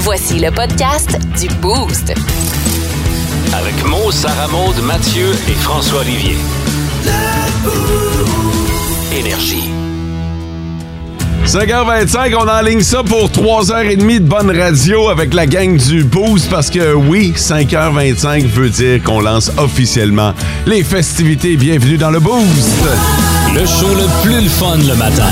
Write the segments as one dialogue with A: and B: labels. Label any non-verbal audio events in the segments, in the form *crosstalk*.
A: Voici le podcast du Boost.
B: Avec Mo, Sarah Maud, Mathieu et François Olivier. Énergie.
C: 5h25, on enligne ça pour 3h30 de bonne radio avec la gang du Boost parce que oui, 5h25 veut dire qu'on lance officiellement les festivités. Bienvenue dans le Boost!
B: Le show le plus le fun le matin.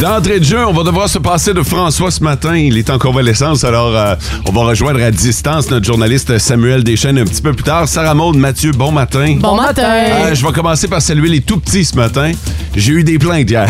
C: D'entrée de jeu, on va devoir se passer de François ce matin. Il est en convalescence, alors euh, on va rejoindre à distance notre journaliste Samuel Deschênes un petit peu plus tard. Sarah Maud, Mathieu, bon matin.
D: Bon matin.
C: Euh, je vais commencer par saluer les tout petits ce matin. J'ai eu des plaintes hier.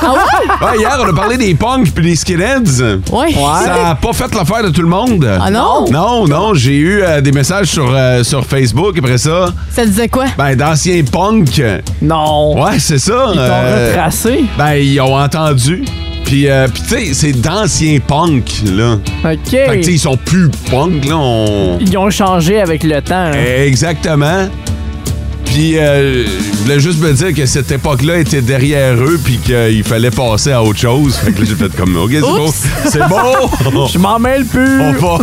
D: Ah ouais?
C: *laughs* Ouais, hier, on a parlé des punks puis des skinheads.
D: Ouais.
C: Ça a pas fait l'affaire de tout le monde.
D: Ah non?
C: Non, non, j'ai eu euh, des messages sur, euh, sur Facebook après ça.
D: Ça disait quoi?
C: Ben, d'anciens punks.
E: Non.
C: Ouais, c'est ça.
E: Ils t'ont
C: euh,
E: retracé.
C: Ben, ils ont entendu. Puis, euh, puis tu sais, c'est d'anciens punks, là.
E: OK.
C: Fait que, tu sais, ils sont plus punks, là. On...
E: Ils ont changé avec le temps. hein.
C: Euh, Exactement. Puis, euh, je voulais juste me dire que cette époque-là était derrière eux, puis qu'il fallait passer à autre chose. Fait que là, j'ai fait comme, OK, c'est beau.
D: Oups.
C: C'est beau.
E: Je m'en mêle plus. *laughs*
C: On va.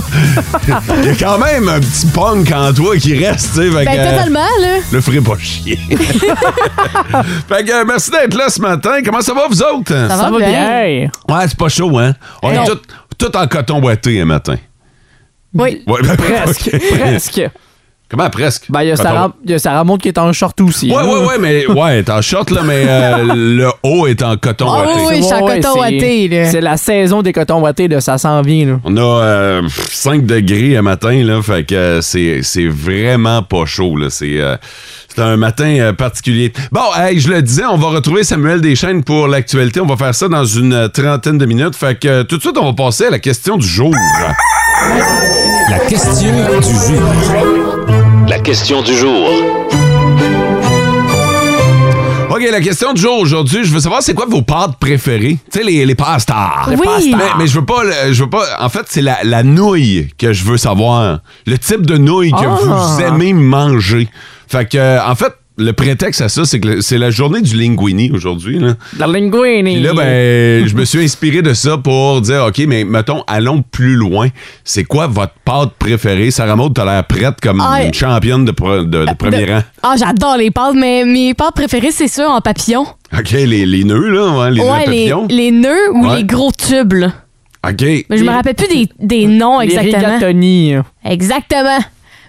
C: Il y a quand même un petit punk en toi qui reste, tu sais. fait
D: Ben,
C: que, euh,
D: totalement, là.
C: Le ferai pas
E: *laughs*
C: chier. fait que, euh, merci d'être là ce matin. Comment ça va, vous autres?
E: Ça va bien.
C: Ouais, c'est pas chaud, hein? On
D: Non.
C: est tout, tout en coton boité un matin.
D: Oui.
C: Ouais, ben,
E: Presque.
C: *laughs* ok.
E: Presque.
C: Comment presque?
E: Ben, il y a
C: Coton-
E: Sarah, il y a Sarah Maud qui est en short aussi.
C: Ouais,
E: hein.
C: ouais, ouais, mais ouais, t'es en short, là, mais euh, le haut est en coton
D: Ah
C: ouaté.
D: oui, oui. je suis en coton
E: c'est-
D: ouaté, là.
E: C'est la saison des cotons ouatés, là. Ça s'en vient, là.
C: On a euh, 5 degrés un matin, là, fait que euh, c'est c'est vraiment pas chaud. là. C'est euh, c'est un matin euh, particulier. Bon, hey, je le disais, on va retrouver Samuel Deschênes pour l'actualité. On va faire ça dans une euh, trentaine de minutes. Fait que euh, tout de suite, on va passer à la question du jour.
B: La question du jour. La question du jour.
C: OK, la question du jour aujourd'hui, je veux savoir c'est quoi vos pâtes préférées? Tu sais, les, les pastas.
D: Oui.
C: Mais, mais je veux pas, le- je veux pas. En fait, c'est la, la nouille que je veux savoir. Le type de nouille que
E: Ah.
C: vous aimez manger. Fait que, euh, en fait, le prétexte à ça, c'est que le- c'est la journée du linguini aujourd'hui. Là.
E: La linguine.
C: Puis là, ben, je me suis inspiré de ça pour dire, OK, mais mettons, allons plus loin. C'est quoi votre pâte préférée? Sarah Maud, t'as l'air prête comme
D: Ah,
C: une championne de, pre- de- de premier
D: De-
C: rang.
D: Ah, j'adore les pâtes, mais mes pâtes préférées, c'est ceux en papillon.
C: OK, les, les nœuds, là, ouais, les nœuds
D: ouais, les,
C: papillons.
D: les nœuds ou
C: Ouais.
D: les gros tubes, là.
C: OK.
D: Mais je me
E: Les-
D: rappelle plus des, des noms
E: Les
D: Oh, exactement.
E: rigatoni.
D: Exactement.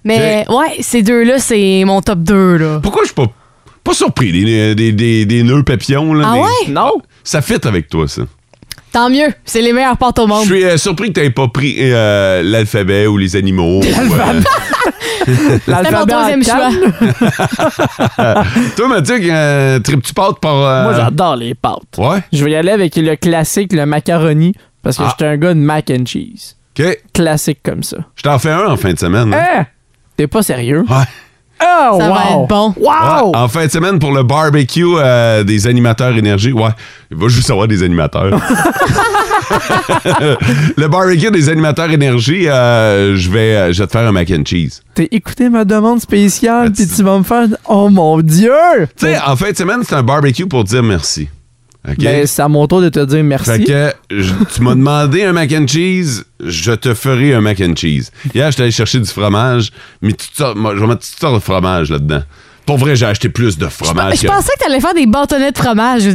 D: Mais ouais, ces deux-là, c'est mon top 2, là.
C: Pourquoi je suis pas, pas surpris des, des, des, des nœuds papillons? Là,
D: Ah
C: des-
D: ouais?
E: Non?
C: Ça fit avec toi, ça.
D: Tant mieux, c'est les meilleures pâtes au
C: Je
D: monde.
C: suis euh, surpris que t'aies pas pris euh, l'alphabet ou euh, les animaux.
D: C'était
E: L'alphabet
D: mon
E: en
D: troisième
E: quatre.
D: choix.
E: *laughs*
C: Euh, toi, Mathieu, euh, tripes-tu pâtes par... euh,
E: Moi, j'adore les pâtes.
C: Ouais?
E: Je vais y aller avec le classique, le macaroni, parce que
C: Ah.
E: j'étais un gars de mac and cheese.
C: OK.
E: Classique comme ça.
C: Je t'en fais un en fin de semaine. hein? Ah,
E: Hein? T'es pas sérieux?
C: Ouais.
E: Oh,
D: Ça
E: wow!
D: va être bon.
E: Wow!
C: Ouais, ah. En fin de semaine, pour le barbecue euh, des animateurs énergie, ouais, il va juste avoir des animateurs. *laughs* le barbecue des animateurs énergie, euh, je vais, je vais te faire un mac and cheese.
E: T'as écouté ma demande spéciale,
C: Ben,
E: puis
C: tu-
E: tu vas me faire. Oh mon Dieu!
C: Tu sais, en fin de semaine, c'est un barbecue pour dire merci. OK?
E: Ben, c'est à mon tour de te dire merci.
C: fait que je- tu m'as demandé un mac and cheese, je te ferai un mac and cheese. Hier, j'étais allé chercher du fromage, mais toutes sortes- moi, je vais mettre toutes sortes de fromage là-dedans. Pour vrai, j'ai acheté plus de fromage
D: Je
C: que-
D: pensais que t'allais faire des bâtonnets de fromage. Je,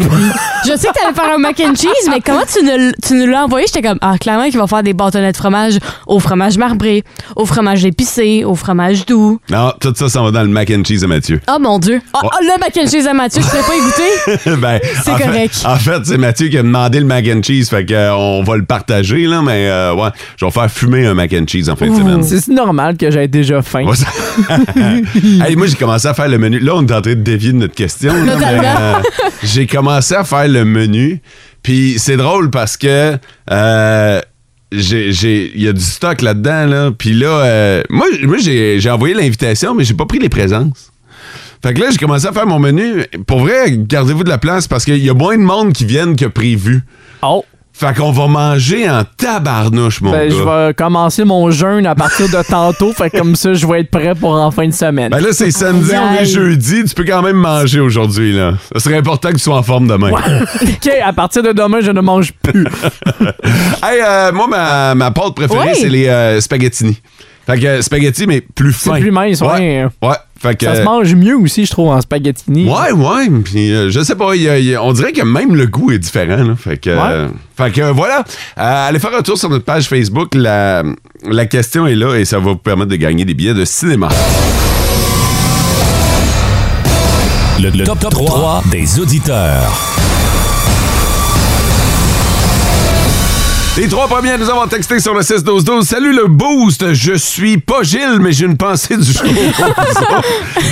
D: *laughs* je sais que t'allais faire un mac and cheese, mais comment tu, ne, l- tu nous l'as envoyé? J'étais comme, ah, clairement qu'il va faire des bâtonnets de fromage au fromage marbré, au fromage épicé, au fromage doux.
C: Non, tout ça, ça va dans le mac and cheese à Mathieu. *laughs*
D: Oh mon Dieu! Ah,
C: Ouais.
D: ah, le mac and cheese à Mathieu, je ne pas
C: *laughs*
D: écouter.
C: Ben,
D: C'est
C: en fait-
D: correct.
C: en fait, c'est Mathieu qui a demandé le mac and cheese, fait que, euh, on va le partager, là, mais euh, ouais, je vais faire fumer un mac and cheese en fin de semaine.
E: C'est c'est normal que j'aie déjà faim.
C: Ouais, ça- Hey, moi, j'ai commencé à faire le menu. Là, on est en train de dévier de notre question. là,
D: Totalement.
C: mais, euh, j'ai commencé à faire le menu. Puis c'est drôle parce que euh, j'ai- j'ai- il y a du stock là-dedans. Là, puis là, euh, moi, moi j'ai j'ai envoyé l'invitation, mais j'ai pas pris les présences. Fait que là, j'ai commencé à faire mon menu. Pour vrai, gardez-vous de la place parce qu'il y a moins de monde qui viennent que prévu.
E: Oh!
C: Fait qu'on va manger en tabarnouche, mon
E: Ben,
C: gars.
E: je vais commencer mon jeûne à partir de tantôt. fait que comme ça, je vais être prêt pour en fin de semaine.
C: Ben là, c'est samedi, on est
D: Aïe.
C: jeudi. Tu peux quand même manger aujourd'hui, là. Ce serait important que tu sois en forme demain.
E: *laughs* OK, à partir de demain, je ne mange plus.
C: *laughs* Hey, euh, moi, ma, ma pâte préférée,
D: Oui.
C: c'est les euh, spaghettini. Fait que euh, spaghetti, mais plus fin.
E: plus mince,
C: ouais. Ouais. Fait que.
E: Ça se mange mieux aussi, je trouve, en spaghettini.
C: Ouais, ouais. Puis, euh, je sais pas, il y a- il y a- on dirait que même le goût est différent. là. Fait que, euh, fait que euh, voilà. Euh, allez faire un tour sur notre page Facebook. La, la question est là et ça va vous permettre de gagner des billets de cinéma.
B: Le, le top, 3, des auditeurs.
C: Les trois premiers à nous avons texté sur le 6-12-12. Salut le boost. Je suis pas Gilles, mais j'ai une pensée du jour.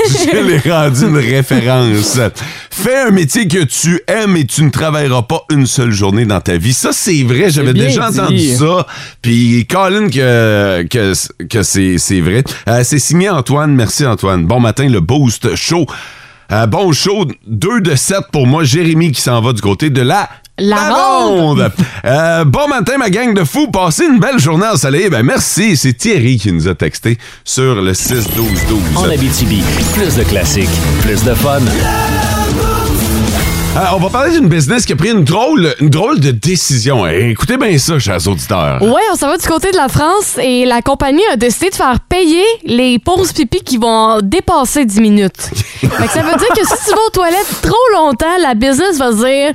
C: Gilles est rendu une référence. Fais un métier que tu aimes et tu ne travailleras pas une seule journée dans ta vie. Ça, c'est vrai. J'avais
E: bien
C: déjà
E: dit.
C: entendu ça. Puis Colin, que, que, que c'est c'est vrai. Euh, c'est signé Antoine. Merci Antoine. Bon matin, le boost chaud. bon show, 2 de 7 pour moi. Jérémy qui s'en va du côté de la...
D: La
C: Lavande.
D: Ronde.
C: Monde. Euh, bon matin, ma gang de fous. Passez une belle journée ensoleillée. Ben, merci. C'est Thierry qui nous a texté sur le 6-12-12.
B: En Abitibi, plus de classiques, plus de fun.
C: Euh, on va parler d'une business qui a pris une drôle, une drôle de décision. Eh, écoutez bien ça, chers auditeurs.
D: Ouais, on s'en va du côté de la France et la compagnie a décidé de faire payer les pauses pipi qui vont dépasser 10 minutes. Fait que ça veut dire que si tu vas aux toilettes trop longtemps, la business va se dire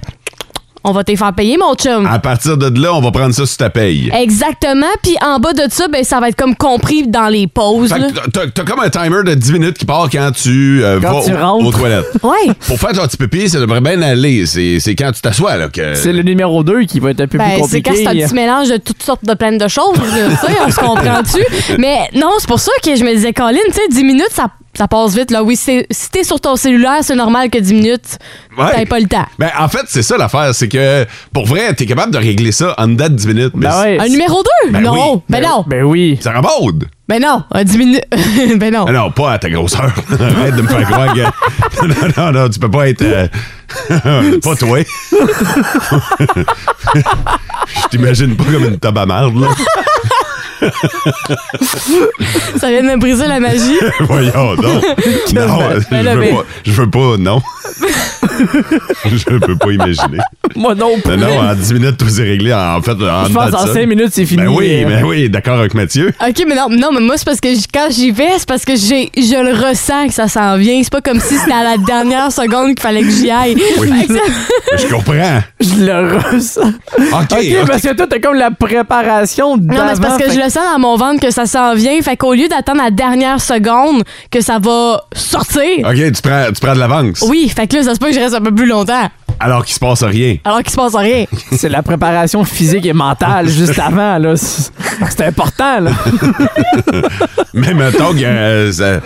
D: on va te faire payer mon chum.
C: À partir de là, on va prendre ça sur ta paye.
D: Exactement, puis en bas de ça, ben ça va être comme compris dans les pauses.
C: Fait
D: là.
C: que t'as- t'as- t'as comme un timer de 10 minutes qui part quand tu euh,
E: Quand
C: vas
E: tu
C: au-
E: rentres.
C: aux toilettes.
D: Ouais.
C: Pour faire ton petit pipi, ça devrait bien aller. C'est c'est quand tu t'assois là que.
E: C'est le numéro 2 qui va être un peu plus
D: Ben, c'est
E: compliqué.
D: quand c'est un petit mélange de toutes sortes de plein de choses, là, tu sais, on se comprend-tu?
C: *laughs*
D: Mais non, c'est pour ça que je me disais, Colin, tu sais, 10 minutes, ça, ça passe vite. Là. Oui, c'est- si t'es sur ton cellulaire, c'est normal que 10 minutes,
C: Ouais.
D: t'aies pas le temps.
C: Ben, en fait, c'est ça l'affaire. C'est que pour vrai, t'es capable de régler ça en date de 10 minutes. mais
E: Ben ouais.
D: Un numéro 2?
C: Ben
D: non.
C: oui.
D: Ben, non.
E: Ben
C: *laughs*
E: oui.
C: Ça rebondit.
D: Ben non. Un 10 minutes. *laughs* ben
E: Oh.
D: non.
C: Ah non, pas à ta grosseur. *laughs* Arrête de me faire croire que. *laughs* Non, non, non, tu peux pas être. euh, *laughs* pas toi. Je t'imagine pas comme une tabac marde, là. *laughs*
D: Ça vient de me briser la magie.
C: *laughs* Voyons donc. Non,
D: Ben là,
C: je, veux
D: ben-
C: pas, je veux pas, non. *laughs* je peux pas imaginer.
E: Moi Ben non plus.
C: Non, non, en 10 minutes, tout est réglé. En fait, en
E: Je
C: dedans
E: pense
C: de
E: en
C: ça.
E: 5 minutes, c'est fini.
C: Ben oui,
E: Euh,
C: ben oui, d'accord avec Mathieu.
D: OK, mais non, non mais moi, c'est parce que j- quand j'y vais, c'est parce que j'ai, je le ressens que ça s'en vient. C'est pas comme si c'était à la dernière seconde qu'il fallait que j'y aille.
C: Oui.
D: Fait que ça-
C: Je comprends.
E: Je le ressens.
C: OK,
E: OK, ben-
C: OK.
E: parce que toi, t'as comme la préparation
D: Non, mais c'est parce que je le sens dans mon ventre que ça s'en vient. Fait qu'au lieu d'attendre la dernière seconde que ça va sortir,
C: OK, tu prends, tu prends de l'avance.
D: oui, fait que là, ça se peut que je reste un peu plus longtemps,
C: Alors qu'il se passe rien.
D: alors qu'il se
C: *laughs*
D: passe rien.
E: C'est la préparation physique et mentale juste avant, là. C'est c'est
C: *laughs*
E: important, là.
C: Mais mettons que. euh, ça-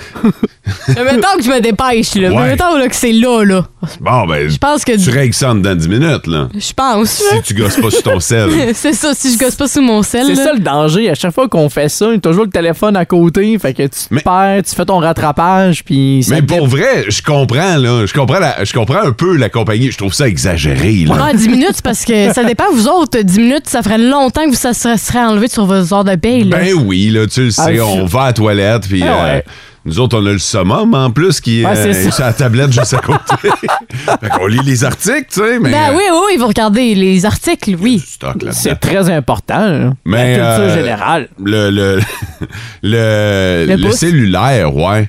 D: Mais mettons que je me dépêche, là.
C: Ouais.
D: Mais mettons là, que c'est là, là.
C: Bon, ben.
D: Je pense que...
C: Tu règles ça en dedans de 10 minutes, là.
D: Je pense, là.
C: Si tu gosses pas
E: *laughs*
C: sur ton sel.
D: *laughs* C'est ça, si je gosse pas sous mon sel,
E: C'est
D: là.
E: ça le danger. À chaque fois qu'on fait ça, il y a toujours le téléphone à côté. Fait que tu te
C: Mais-
E: perds, tu fais ton rattrapage, puis ça
C: Mais
E: te
C: pour vrai, je comprends, là. Je comprends, la- je comprends un peu la compagnie. Je trouve ça exagéré, là.
D: Ah, 10 minutes, c'est parce que ça dépend, vous autres, 10 minutes, ça ferait longtemps que vous ça serait, serait enlevé sur vos heures de paye, là.
C: Ben oui, là, tu le sais,
E: Ah,
C: on va à la toilette, puis
E: Ah ouais.
C: euh, nous autres, on a le summum, en plus, qui est
E: Ouais, c'est
C: euh,
E: ça.
C: sur la tablette juste à
E: *laughs*
C: côté. fait qu'on lit les articles, tu sais, mais... euh,
D: Ben oui, oui, vous regardez les articles,
C: du
D: oui.
C: stock là-dedans.
E: C'est très important. là.
C: Mais,
E: la culture
C: euh,
E: générale.
C: le le *laughs* le,
D: Le
C: le
D: pouce.
C: cellulaire, ouais,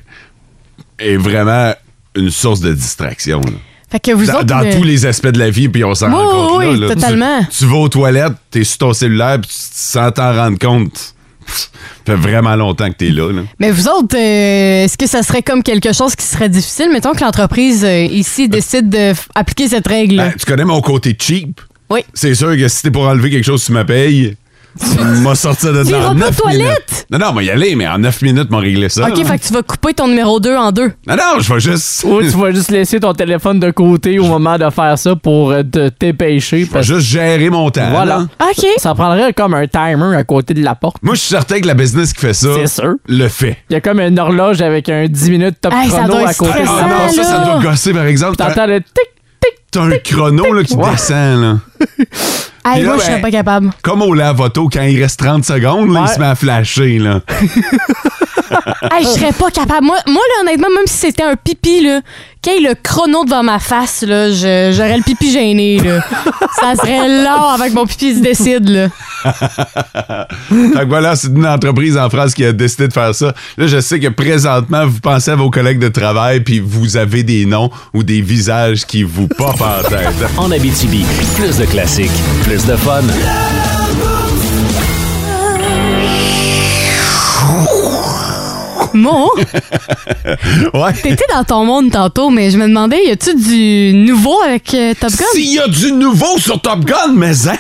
C: est vraiment une source de distraction. là.
D: Fait que vous
C: Dans,
D: autres... euh,
C: dans
D: le-
C: tous les aspects de la vie, puis on s'en
D: Oui,
C: rend compte.
D: oui,
C: là,
D: oui,
C: là. Tu-
D: totalement.
C: Tu, vas aux toilettes, t'es sur ton cellulaire, puis tu- sans t'en rendre compte, ça fait vraiment longtemps que t'es là. là.
D: Mais vous autres, euh, est-ce que ça serait comme quelque chose qui serait difficile? Mettons que l'entreprise euh, ici décide de f- appliquer cette règle.
C: Ben, tu connais mon côté cheap.
D: Oui.
C: C'est sûr que si t'es pour enlever quelque chose, tu me payes.
D: *laughs*
C: m'a sorti de
D: Tu
C: là
D: iras
C: en
D: pas aux
C: neuf
D: toilettes?
C: minutes. Non, non, mais y aller, mais en 9 minutes, m'ont réglé ça.
D: OK,
C: là.
D: fait que tu vas couper ton numéro 2 en deux.
C: Non, non, je vais
D: *laughs*
C: juste.
E: Ou tu vas juste laisser ton téléphone de côté
C: *laughs*
E: au moment de faire ça pour euh, te dépêcher.
C: Je vais
E: Parce...
C: juste gérer mon temps.
E: Voilà.
C: là.
D: OK.
E: Ça prendrait comme un timer à côté de la porte.
C: Moi, je suis certain que la business qui fait ça
E: C'est sûr.
C: le fait.
E: Il y a comme une horloge avec un 10 minutes top
D: Hey, ça
E: chrono
D: doit
E: à
D: être
E: côté Ah de
C: Ah,
D: stressant,
E: la
C: non, ça,
E: porte.
D: là.
C: ça doit gosser, par exemple.
E: T'entends le tic, tic,
C: T'as un chrono là, qui descend. Là.
D: Hey,
C: Puis là,
D: moi, je
C: ben-
D: serais pas capable.
C: Comme au lave-auto, quand il reste 30 secondes, là, il
E: Ouais.
C: se met à flasher.
D: *laughs*
C: Là.
D: *laughs* Hey, je serais pas capable. Moi, moi là, honnêtement, même si c'était un pipi, là, quand il y a le chrono devant ma face, là, je- j'aurais le pipi gêné. *laughs* Là. Ça serait long avec mon pipi se décide. Là.
C: Fait que voilà, c'est une entreprise en France qui a décidé de faire ça. Là, je sais que présentement, vous pensez à vos collègues de travail, puis vous avez des noms ou des visages qui vous popent en
D: *laughs*
C: tête.
B: En Abitibi, plus de classiques, plus de fun.
D: Mon,
C: Ouais.
D: t'étais dans ton monde tantôt, mais je me demandais, y a-tu du nouveau avec euh, Top Gun?
C: S'il y a du nouveau sur Top Gun, mais hein?
D: *laughs*
C: Zach.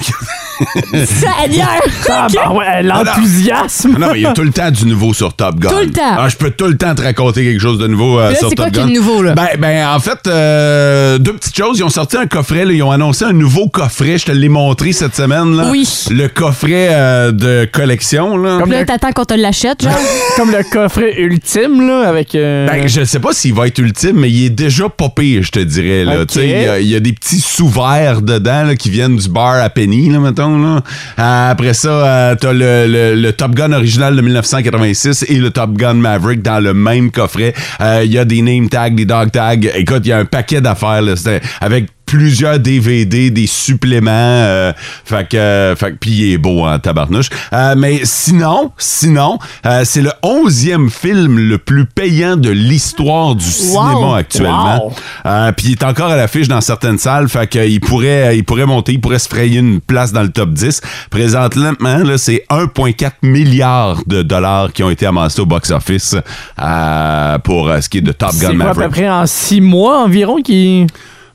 D: Seigneur!
E: Ah,
C: ben,
E: bah ouais, l'enthousiasme.
C: Ah Non, mais il y a tout le temps du nouveau sur Top Gun.
D: Tout le temps.
C: Ah, je peux tout le temps te raconter quelque chose de nouveau euh,
D: Là,
C: sur
D: c'est
C: Top
D: quoi
C: Gun.
D: qui est de
E: *laughs*
D: nouveau, là?
C: Ben, ben, en fait, euh, deux petites choses. Ils ont sorti un coffret, là. ils ont annoncé un nouveau coffret. Je te l'ai montré cette semaine. Là.
D: Oui.
C: Le coffret euh, de collection. Là.
E: Comme
D: Là,
E: le,
D: t'attends qu'on te l'achète, genre.
E: comme le coffret ultime, là, avec. euh,
C: Ben, je sais pas s'il va être ultime, mais il est déjà pas pire, je te dirais. Là.
E: Ok.
C: Tu sais, Il, y a, euh, il y a des petits sous-verts dedans là, qui viennent du bar à Penny, là, mettons. Là. Euh, Après ça, euh, t'as le, le- le Top Gun original de 1986 et le Top Gun Maverick dans le même coffret. Euh, Il y a des name tags, des dog tags. Écoute, il y a un paquet d'affaires. là. C'était avec plusieurs DVD, des suppléments. euh, fait que, euh, fait que- puis il est beau en tabarnouche. Euh, mais sinon, sinon, euh, c'est le onzième film le plus payant de l'histoire du cinéma actuellement.
E: Wow.
C: Euh, puis il est encore à l'affiche dans certaines salles, fait que, euh, il pourrait, il pourrait monter, il pourrait se frayer une place dans le top 10. Présentement, là, c'est 1,4 milliard de dollars qui ont été amassés au box-office euh, pour euh, ce qui est de Top Gun
E: C'est quoi, à peu
C: Maverick.
E: près en six mois environ qui.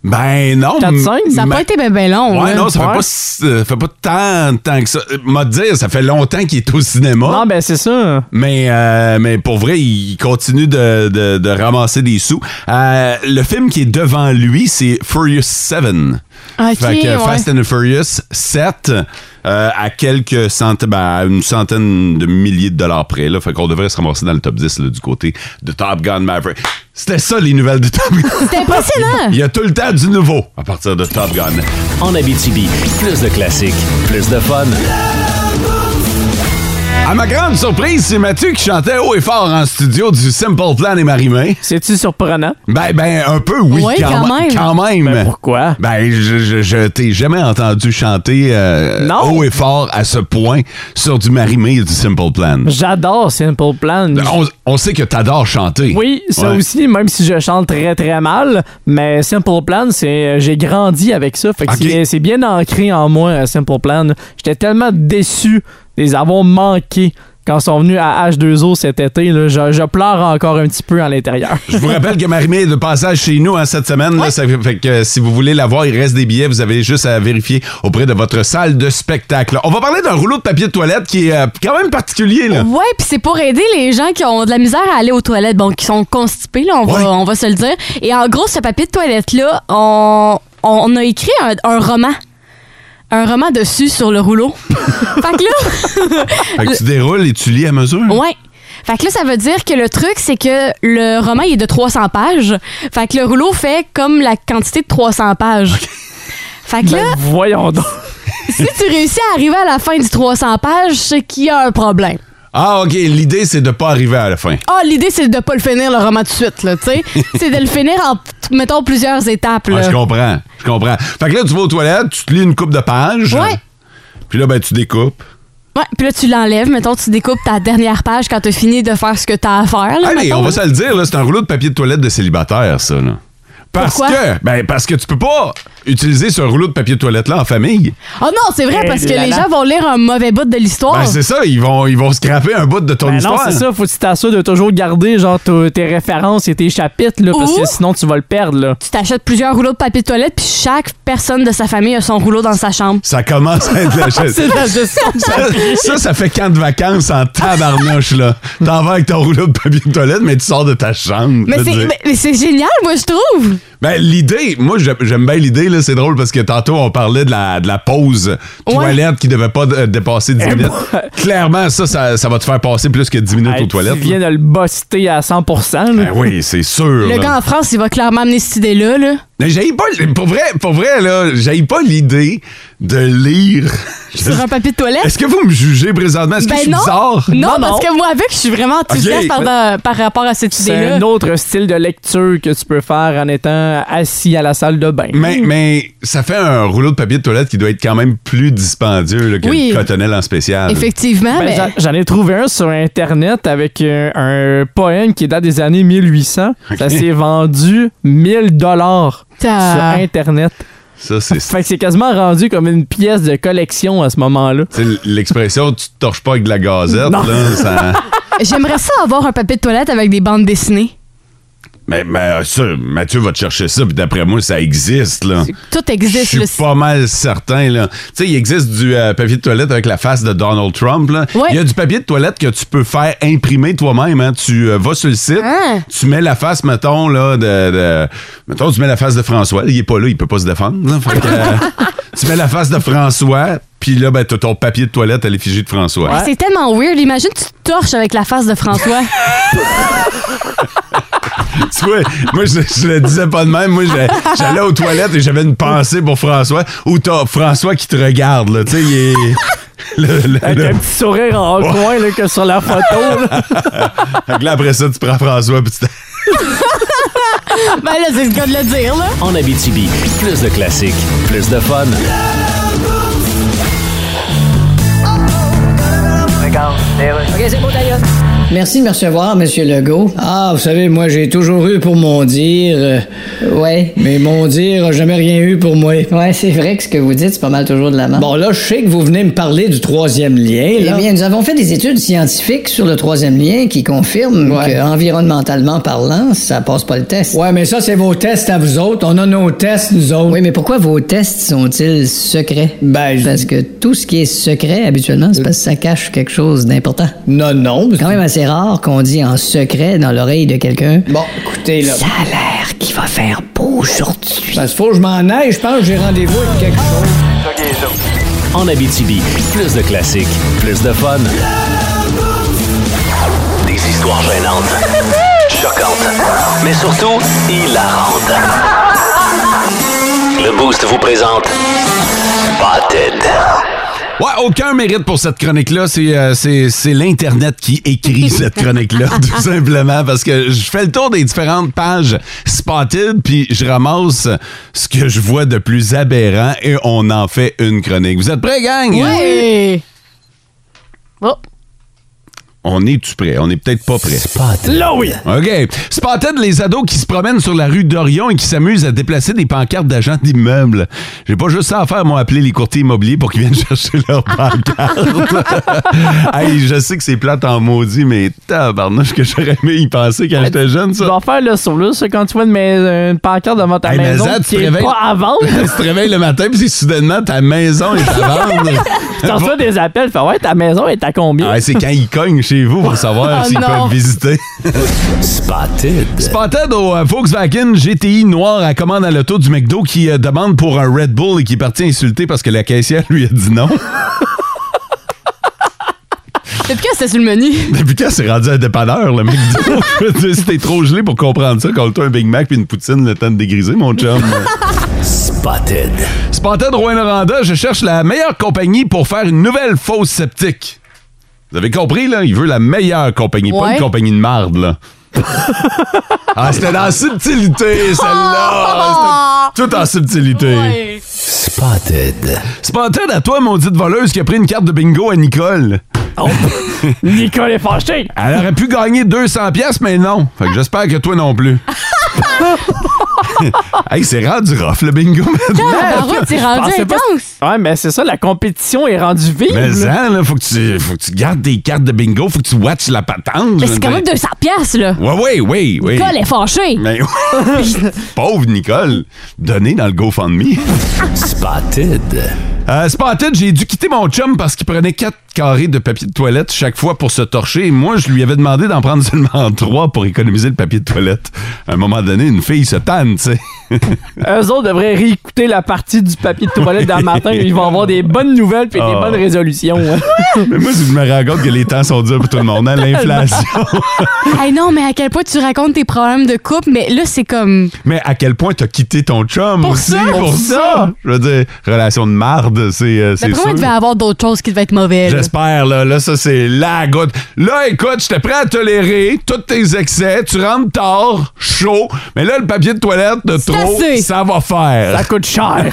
C: Ben non.
E: 4-5?
D: Ça a
C: mais-
D: pas été bien ben long.
C: Ouais,
D: là.
C: non, ça fait
E: Ouais.
C: pas, si- euh, fait pas tant, tant que ça. Euh, M'a dire, ça fait longtemps qu'il est au cinéma.
E: Non, ben c'est ça.
C: Mais, euh, mais pour vrai, il continue de, de- de ramasser des sous. Euh, le film qui est devant lui, c'est Furious 7.
D: Ok,
C: fait que
D: ouais.
C: Fast and Furious 7 euh, à quelques centaines, ben, à une centaine de milliers de dollars près. Là. Fait qu'on devrait se ramasser dans le top 10 là, du côté de Top Gun Maverick. C'était ça les nouvelles de Top Gun.
D: C'était impressionnant!
C: Il y a tout le temps du nouveau à partir de Top Gun.
B: En Abitibi, plus de classiques, plus de fun.
C: À ma grande surprise, c'est Mathieu qui chantait haut et fort en studio du Simple Plan et Marimé.
E: C'est-tu surprenant?
C: Ben, ben, un peu, oui,
D: Ouais, quand
C: me-
D: même.
C: Quand même.
E: Ben pourquoi?
C: Ben, je, je, je t'ai jamais entendu chanter euh,
E: Non.
C: haut et fort à ce point sur du Marimé et du Simple Plan.
E: J'adore Simple Plan.
C: On, on sait que t'adores chanter.
E: Oui, ça
C: Ouais.
E: aussi, même si je chante très très mal, mais Simple Plan, c'est euh, j'ai grandi avec ça. Fait que
C: Ok.
E: c'est- c'est bien ancré en moi, euh, Simple Plan. J'étais tellement déçu de les avoir manqués quand ils sont venus à H2O cet été. là. je, je pleure encore un petit peu à l'intérieur.
C: Je vous rappelle que Marimé est de passage chez nous hein, cette semaine. là. ça fait- fait que euh, si vous voulez la voir, il reste des billets. Vous avez juste à vérifier auprès de votre salle de spectacle. On va parler d'un rouleau de papier de toilette qui est euh, quand même particulier. Là.
D: Ouais, puis c'est pour aider les gens qui ont de la misère à aller aux toilettes, bon, qui sont constipés, là, on,
C: Ouais.
D: va, on va se le dire. Et en gros, ce papier de toilette-là, on, on a écrit un, un roman. Un roman dessus sur le rouleau. *laughs* fait que là,
C: Fait que tu déroules et tu lis à mesure.
D: Euh, Ouais. Fait que là, ça veut dire que le truc, c'est que le roman, il est de 300 pages. Fait que le rouleau fait comme la quantité de 300 pages. Fait que là,
E: *laughs* Ben, voyons donc.
D: si tu réussis à arriver à la fin du 300 pages, c'est qu'il y a un problème.
C: Ah, OK. L'idée, c'est de pas arriver à la fin.
D: Ah, l'idée, c'est de pas le finir, le roman, tout de suite, là, tu
C: *laughs*
D: sais. c'est de le finir en, mettons, plusieurs étapes,
C: Ah,
D: là.
C: je comprends. Je comprends. Fait que là, tu vas aux toilettes, tu te lis une coupe de pages.
D: Ouais.
C: Puis là, ben, tu découpes.
D: ouais, puis là, tu l'enlèves, mettons, tu découpes ta dernière page quand t'as fini de faire ce que t'as à faire, là,
C: Allez,
D: Hum, mettons,
C: on va
D: là.
C: se le dire, là, c'est un rouleau de papier de toilette de célibataire, ça, là. Parce
D: Pourquoi?
C: que, ben, parce que tu peux pas utiliser ce rouleau de papier de toilette-là en famille.
D: Oh non, c'est vrai,
E: Eh
D: parce que
E: là
D: les
E: là.
D: gens vont lire un mauvais bout de l'histoire.
C: Ben, c'est ça, ils vont, ils vont scraper un bout de ton
E: Ben non,
C: histoire.
E: c'est ça, faut que tu t'assures de toujours garder genre t- tes références et tes chapitres là, parce
D: Ou-
E: que sinon tu vas le perdre là.
D: tu t'achètes plusieurs rouleaux de papier de toilette, puis chaque personne de sa famille a son rouleau dans sa chambre.
C: Ça commence
D: *laughs*
C: à être la
E: Ah, C'est
C: chaise. *laughs*
E: la gestion de
C: Ça, ça, ça fait camp de vacances en tabarnouche, là. T'en vas avec ton rouleau de papier de toilette, mais tu sors de ta chambre.
D: Mais
C: je veux
D: c'est,
C: dire.
D: mais- mais c'est génial, moi, je trouve.
C: Ben, l'idée, moi, j'aime- j'aime bien l'idée, là. C'est drôle parce que tantôt, on parlait de la, de la pause
D: Ouais. Eh
C: toilette qui devait pas euh, dépasser 10 minutes. Clairement, ça, ça, ça va te faire passer plus que 10 minutes
E: Hey,
C: aux toilettes.
E: Tu viens
C: là.
E: de le buster à 100%. là.
C: Ben oui, c'est sûr.
D: Le
C: là.
D: gars en France, il va clairement amener cette idée-là, là.
C: Mais j'haïs pas, pour vrai, pour vrai, là, j'haïs pas l'idée de lire.
D: Sur un papier de toilette?
C: Est-ce que vous me jugez présentement? Est-ce que je suis
D: Ben non.
C: bizarre?
D: non,
E: Non,
D: parce
E: non.
D: que moi, avec, je suis vraiment enthousiaste
C: Ok.
D: par, de- par rapport à cette
E: C'est
D: idée-là.
E: un autre style de lecture que tu peux faire en étant assis à la salle de bain.
C: Mais, mais ça fait un rouleau de papier de toilette qui doit être quand même plus dispendieux là, que
D: Oui.
C: le cotonnelle en spécial.
D: Effectivement,
E: Ben,
D: Ah, mais.
E: j'en- J'en ai trouvé un sur Internet avec euh, un, poème qui date des années 1800. Ça
C: Ok.
E: s'est vendu 1000 dollars sur
D: T'as-
E: Internet.
C: Ça, c'est
E: Fait que c'est quasiment rendu comme une pièce de collection à ce moment-là.
C: c'est l'expression tu te torches pas avec de la gazette.
E: Non.
C: Là,
D: *laughs*
C: ça...
D: J'aimerais ça avoir un papier de toilette avec des bandes dessinées.
C: mais, mais ça, Mathieu va te chercher ça, puis d'après moi, ça existe. Là.
D: Tout
C: Je
D: existe.
C: suis
D: le-
C: pas mal certain. là. Tu sais, il existe du euh, papier de toilette avec la face de Donald Trump. là. Il
D: Ouais.
C: y a du papier de toilette que tu peux faire imprimer toi-même. hein. Tu euh, vas sur le site,
D: Hein?
C: tu mets la face, mettons, là, de, de- Mettons, tu mets la face de François. Il est pas là, il peut pas se défendre. là. Fait que, euh,
D: *laughs*
C: tu mets la face de François, puis là, ben, t'as ton papier de toilette à l'effigie de François.
D: Ben, C'est tellement weird. Imagine, tu te torches avec la face
C: *laughs*
D: de François.
C: Tu vois, moi, je, je le disais pas de même. Moi, je- j'allais aux toilettes et j'avais une pensée pour François. Ou t'as François qui te regarde, là. Tu sais, il est. le- le-
E: Avec
C: le-
E: un petit sourire en coin là, que sur la photo. là.
C: Fait que là, après ça, tu prends François puis tu t'en-
D: ben là, c'est le cas de le dire, là.
B: En Abitibi, plus de classiques, plus de fun.
F: Merci de me recevoir, Monsieur Legault. Ah, vous savez, moi, j'ai *laughs* toujours eu pour mon dire. ouais. Mais mon dire a jamais rien eu pour moi. Ouais, c'est vrai que ce que vous dites, c'est pas mal toujours de la main. Bon, là, je sais que vous venez me parler du troisième lien, là. Eh bien, nous avons fait des études scientifiques sur le troisième lien qui confirment que, environnementalement parlant, ça passe pas le test. Ouais, Ah, mais ça, c'est vos tests à vous autres. On a nos tests, nous autres. Oui, mais pourquoi vos tests sont-ils secrets? Ben, Parce que tout ce qui est secret, habituellement, c'est parce que ça cache quelque chose d'important. Non, non. C'est quand même assez rare qu'on dit en secret dans l'oreille de quelqu'un. Bon, écoutez, là. Ça a l'air qu'il va faire beau aujourd'hui. Parce faut que je m'en aille, je pense que j'ai rendez-vous avec quelque chose.
B: En Abitibi, plus de classiques, plus de fun. Des histoires gênantes, choquantes, mais surtout hilarantes. Le Boost vous présente Spotted.
C: Ouais, aucun mérite pour cette chronique-là. C'est, euh, c'est, c'est l'Internet qui écrit cette chronique-là, *laughs* tout simplement, parce que je fais le tour des différentes pages spotted, puis je ramasse ce que je vois de plus aberrant et on en fait une chronique. Vous êtes prêts, gang?
D: Ouais. Oh.
C: On est-tu prêt? On est peut-être pas prêt.
E: là, oui!
C: OK. Spotted, les ados qui se promènent sur la rue d'Orion et qui s'amusent à déplacer des pancartes d'agents d'immeubles. J'ai pas juste ça à faire, moi, appeler les courtiers immobiliers pour qu'ils viennent *laughs* chercher leurs pancartes. hey, je sais que c'est plate en maudit, mais tabarnouche que j'aurais aimé y penser quand j'étais jeune,
E: Tu
C: ça.
E: vas faire le saut ça, quand tu vois une, mais- une pancarte devant ta
C: Hey, mais
E: maison
C: ça, tu
E: qui
C: te
E: est
C: réveilles-
E: pas à vendre,
C: *laughs* *laughs* tu te réveilles le matin, puis c'est soudainement ta maison est à vendre.
E: tu reçois des appels, fais ouais, ta maison est à combien?
C: Ouais, c'est quand ils cognent chez vous pour savoir
D: Oh
C: s'ils
D: non.
C: peuvent visiter.
B: Spotted.
C: Spotted au euh, Volkswagen GTI noir à commande à l'auto du McDo qui euh, demande pour un Red Bull et qui est parti insulter parce que la caissière lui a dit non. *laughs*
D: Depuis quand c'était sur le menu?
C: Depuis quand c'est rendu un dépanneur, le McDo? *laughs* Je veux dire, si t'es trop gelé pour comprendre ça, colle-toi un Big Mac puis une poutine le temps de dégriser, mon chum.
B: Spotted.
C: Spotted Rouen-Noranda, je cherche la meilleure compagnie pour faire une nouvelle fausse sceptique. Vous avez compris, là? Il veut la meilleure compagnie, pas
D: Ouais.
C: une compagnie de marde, là. ah, c'était dans la subtilité, Ah,
D: *laughs*
C: celle-là!
D: Ah,
C: C'était tout en subtilité.
B: Spotted.
C: Spotted à toi, maudite voleuse, qui a pris une carte de bingo à Nicole.
E: Nicole est fâchée!
C: Elle aurait pu gagner 200 pièces, mais non. Fait que j'espère que toi non
D: *laughs*
C: plus. hey, c'est rendu rough, le bingo, maintenant.
D: Ah, ouais, t'es rendu
E: pensais pas-
D: intense.
E: Ouais, mais c'est ça, la compétition est rendue vive.
C: Mais
E: là.
C: hein, là, faut que, tu, faut que tu gardes des cartes de bingo, faut que tu watches la patente.
D: Mais c'est quand même 200 piastres, là.
C: Ouais, ouais, oui, oui.
D: Cole est fâché.
C: Mais *laughs* Pauvre Nicole, donnée dans le GoFundMe.
B: Spotted.
C: Euh, c'est pas en tête, j'ai dû quitter mon chum parce qu'il prenait quatre carrés de papier de toilette chaque fois pour se torcher. Et moi, je lui avais demandé d'en prendre seulement *laughs* trois pour économiser le papier de toilette. À un moment donné, une fille se tanne, tu sais. *laughs*
E: Eux autres devraient réécouter la partie du papier de toilette dans le
C: *laughs*
E: matin. Ils vont avoir des bonnes nouvelles puis des
C: Ah.
E: bonnes résolutions. hein.
C: Mais moi, si je me rends compte que les temps sont durs pour tout le monde, hein, l'inflation.
D: *laughs* Hey, non, mais à quel point tu racontes tes problèmes de couple, mais là, c'est comme.
C: Mais à quel point t'as quitté ton chum
D: Pour
C: aussi
D: ça,
C: pour,
D: pour
C: ça.
D: ça.
C: Je veux dire, relation de marde, c'est euh, c'est
D: D'après
C: sûr.
D: moi, il devait avoir d'autres choses qui devaient être mauvaises. là.
C: J'espère, là. Là, ça, c'est la goutte. Là, écoute, j'étais prêt à tolérer tous tes excès. Tu rentres tard, chaud. Mais là, le papier de toilette de trop,
D: assez.
C: ça va faire.
E: Ça
C: *laughs*
E: coûte cher.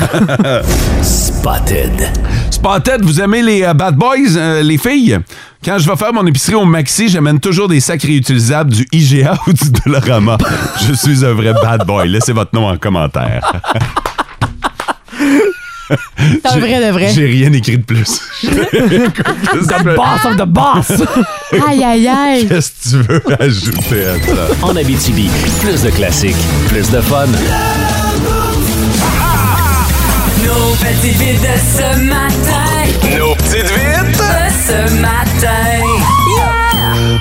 B: Spotted.
C: C'est pas en tête, vous aimez les euh, bad boys, euh, les filles? Quand je vais faire mon épicerie au Maxi, j'amène toujours des sacs réutilisables du IGA *laughs* ou du Dollarama. je suis un vrai bad boy. Laissez votre nom en commentaire.
D: *laughs* C'est un vrai de vrai.
C: J'ai rien écrit de
D: *laughs*
C: plus. *laughs* J'ai rien compris.
E: boss of the boss.
D: Aïe,
C: *laughs*
D: aïe, aïe.
C: Qu'est-ce que tu veux ajouter à ça?
B: En Abitibi, plus de classiques, plus de fun.
G: Nos petites vites de ce matin,
B: Nos petites vites.
G: de ce matin.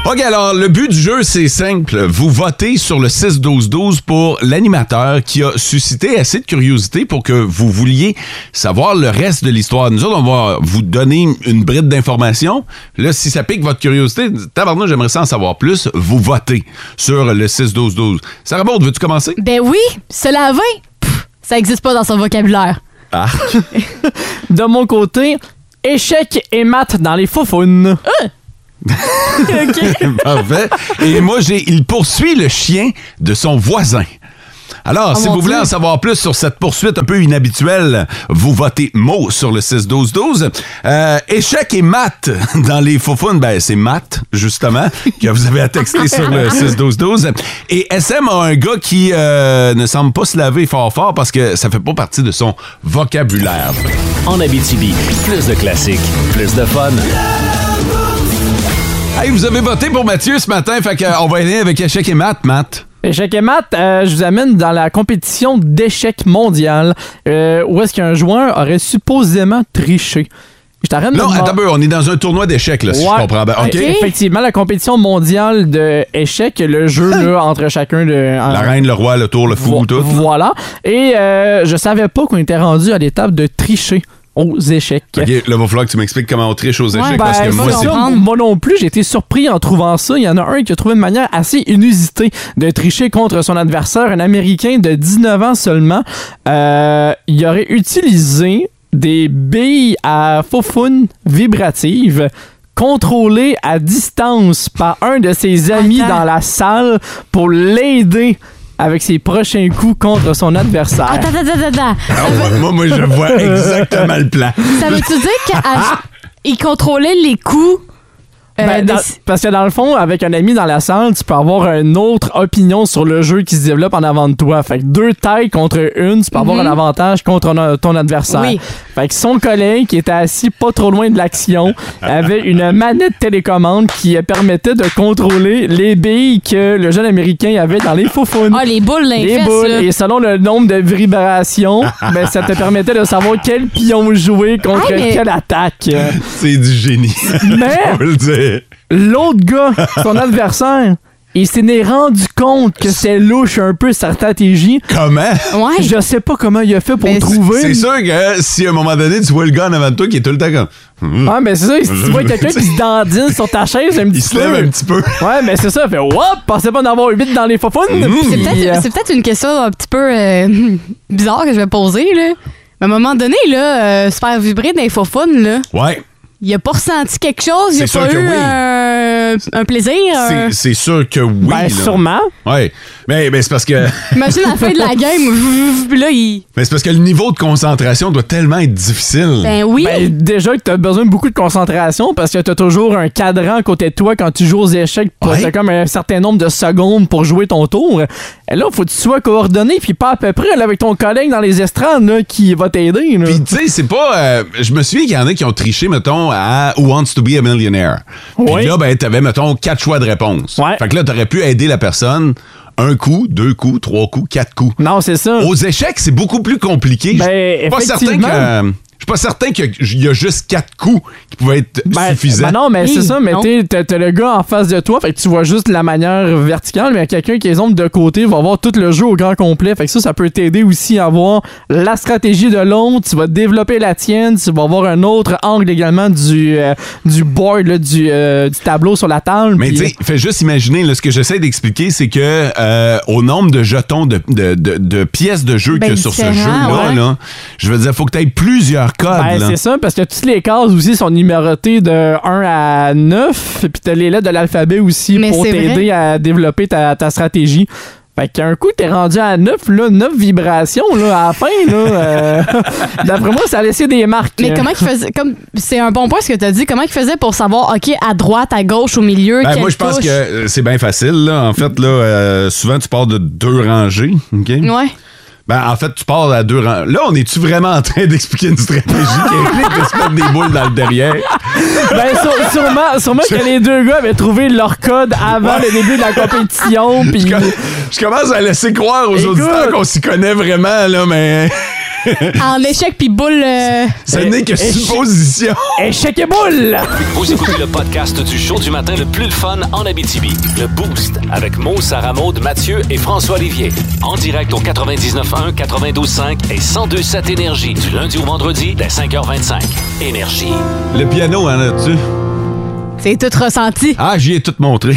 C: OK, alors, le but du jeu, c'est simple. Vous votez sur le 6-12-12 pour l'animateur qui a suscité assez de curiosité pour que vous vouliez savoir le reste de l'histoire. Nous autres, on va vous donner une bride d'informations. Là, si ça pique votre curiosité, tabarnak, j'aimerais ça en savoir plus. Vous votez sur le 6-12-12. Sarah Baud, veux-tu commencer?
D: Ben oui, se laver, pff, ça existe pas dans son vocabulaire.
C: Ah,
E: *laughs* De mon côté, échec et maths dans les faufounes.
C: *laughs* parfait. Et moi, j'ai il poursuit le chien de son voisin. Alors, si
D: Oh mon
C: vous voulez
D: Dieu.
C: en savoir plus sur cette poursuite un peu inhabituelle, vous votez mot sur le 6-12-12. Euh, échec et maths *laughs* dans les faufounes, ben c'est maths, justement, que vous avez à texter sur
D: *laughs*
C: le 6-12-12. Et SM a un gars qui euh, ne semble pas se laver fort fort parce que ça fait pas partie de son vocabulaire.
B: En Abitibi, plus de classiques, plus de fun.
C: Hey, vous avez voté pour Mathieu ce matin, fait qu'on va aller avec échec et maths, Matt.
E: Échec et maths, euh, je vous amène dans la compétition d'échecs mondiale euh, où est-ce qu'un joueur aurait supposément triché. Je t'arrête de
C: Non,
E: me
C: attends, un peu, on est dans un tournoi d'échecs, là, si
E: Mmh. Ouais.
C: je comprends bien. OK.
E: Euh, Effectivement, la compétition mondiale de échecs, le jeu
C: *laughs*
E: là, entre chacun de.
C: La reine, le roi, le tour, le fou,
E: Vo-
C: tout.
E: Voilà. Et euh, je savais pas qu'on était rendu à l'étape de tricher aux échecs.
C: OK, là, il va falloir que tu m'expliques comment on triche aux échecs,
E: Ben,
C: parce que
E: c'est
C: moi,
E: ça,
C: c'est...
E: moi, non plus, j'ai été surpris en trouvant ça. Il y en a un qui a trouvé une manière assez inusitée de tricher contre son adversaire, un Américain de 19 ans seulement. Euh, il aurait utilisé des billes à faufoune vibratives contrôlées à distance par un de ses amis
D: Ah, Attends.
E: dans la salle pour l'aider avec ses prochains coups contre son adversaire.
D: Attends, attends, attends, attends.
C: Ah, ouais, moi, moi, je
E: *laughs*
C: vois exactement le plan.
D: Ça veut-tu dire
C: Ah!
D: qu'il contrôlait les coups? euh,
E: Ben,
D: des-
E: dans- Parce que dans le fond, avec un ami dans la salle, tu peux avoir une autre opinion sur le jeu qui se développe en avant de toi. Fait que deux tailles contre une, tu peux avoir un avantage contre un- ton adversaire.
D: Mhm. Oui.
E: Fait que son collègue qui était assis pas trop loin de l'action avait une manette télécommande qui permettait de contrôler les billes que le jeune américain avait dans les faufounes.
D: Ah, les boules, les,
E: Les
D: fesses,
E: boules,
D: là.
E: et selon le nombre de vibrations, ben, ça te permettait de savoir quel pion jouer contre
D: Ah, mais-
E: quelle attaque.
C: C'est du génie.
E: Mais
C: *laughs* On peut le dire.
E: L'autre
C: *laughs*
E: gars, son adversaire, il s'est né rendu compte que c'est louche un peu sa stratégie.
C: Comment?
D: Ouais.
E: Je sais pas comment il a fait pour
D: Mais
E: trouver.
C: C'est sûr que si à un moment donné, tu vois le gars en avant de toi qui est tout le temps comme... Hum,
E: Ah, mais c'est ça, si
C: *laughs*
E: tu vois quelqu'un qui se dandine sur ta chaise un petit
C: Il se
E: peu.
C: lève un petit peu.
E: Ouais, mais c'est ça, fait Wop, pensais pas en avoir 8 dans les fofounes.
C: Mm.
D: C'est
E: Puis, euh,
D: peut-être c'est peut-être une question un petit peu euh, *laughs* bizarre que je vais poser, là. Mais à un moment donné, là, euh, se faire vibrer d'infophone, là,
C: Ouais.
D: il a pas ressenti quelque chose, il a
C: C'est
D: pas
C: sûr que
D: eu
C: oui.
D: un, un plaisir. un-
C: C'est- C'est sûr que oui.
E: ben,
C: là.
E: sûrement.
C: Ouais. Mais, mais c'est parce que... *laughs*
D: Imagine la fin de la game, puis là, il.
C: Mais c'est parce que le niveau de concentration doit tellement être difficile.
D: Ben oui!
E: Ben, déjà que t'as besoin de beaucoup de concentration parce que t'as toujours un cadran à côté de toi quand tu joues aux échecs. pour-
C: Ouais.
E: T'as comme un certain nombre de secondes pour jouer ton tour. Et là, faut que tu sois coordonné puis pas à peu près là, avec ton collègue dans les estrades là, qui va t'aider. là.
C: Puis, tu sais, c'est pas. euh, je me souviens qu'il y en a qui ont triché, mettons, à Who Wants to be a Millionaire. Puis
E: Oui.
C: là, ben, t'avais, mettons, quatre choix de réponse.
E: Ouais.
C: Fait que là, t'aurais pu aider la personne un coup, deux coups, trois coups, quatre coups.
E: Non, c'est ça.
C: Aux échecs, c'est beaucoup plus compliqué.
E: Ben,
C: Je suis pas certain
E: effectivement.
C: que. euh, Je suis pas certain qu'il y a- il y, a juste quatre coups qui pouvaient être
E: Ben,
C: suffisants.
E: ben non, mais c'est
D: Hi,
E: ça, mais
D: non.
E: t'es- t'as t'as le gars en face de toi, fait que tu vois juste la manière verticale, mais quelqu'un qui les ombre de côté va voir tout le jeu au grand complet. Fait que ça, ça peut t'aider aussi à voir la stratégie de l'autre, tu vas développer la tienne, tu vas voir un autre angle également du, euh, du board, là, du, euh, du tableau sur la table.
C: Mais
E: puis-
C: tu sais, fais juste imaginer, là, ce que j'essaie d'expliquer, c'est que euh, au nombre de jetons de, de, de- de pièces de jeu
D: Ben,
C: qu'il y a sur ce
D: différent,
C: jeu-là,
D: ouais.
C: là, je veux dire, faut que tu aies plusieurs codes.
E: Ben,
C: là.
E: c'est ça, parce que toutes les cases aussi sont numérotées de 1 à 9, et puis t'as les lettres de l'alphabet aussi
D: Mais
E: pour
D: c'est
E: t'aider à développer ta, ta stratégie. Fait qu'un coup, t'es rendu à 9, là, 9 vibrations, là, à la fin, là. euh, *laughs* D'après moi, ça a laissé des marques.
D: Mais
C: hein.
D: comment qu'il faisait comme c'est un bon point ce que tu as dit comment qu'il faisait pour savoir OK à droite à gauche au milieu
C: Ben,
D: quelle
C: moi, je pense
D: touche?
C: que euh, c'est bien facile. Là. En fait, là, euh, souvent, tu pars de deux rangées. OK?
D: Ouais.
C: Ben, en fait, tu pars à deux rangées. Là, on est-tu vraiment en train d'expliquer une stratégie qui implique de se mettre des boules dans le derrière?
E: Ben, sûre- sûrement, sûrement que les deux gars avaient trouvé leur code avant le début de la compétition,
C: *laughs*
E: puis...
C: Com- Je commence à laisser croire aux
E: Écoute.
C: auditeurs qu'on s'y connaît vraiment, là, mais
D: En échec puis boule euh,
C: ce n'est que
E: eh,
C: supposition.
E: Échec et Eh, boule!
B: Vous écoutez le podcast du show du matin le plus le fun en Abitibi. Le Boost avec Mo, Sarah Maud, Mathieu et François Olivier. En direct au 99.1, 92.5 et 102.7 Énergie du lundi au vendredi dès 5h25. Énergie.
C: Le piano, en as-tu?
D: c'est tout ressenti.
C: Ah, j'y ai tout montré.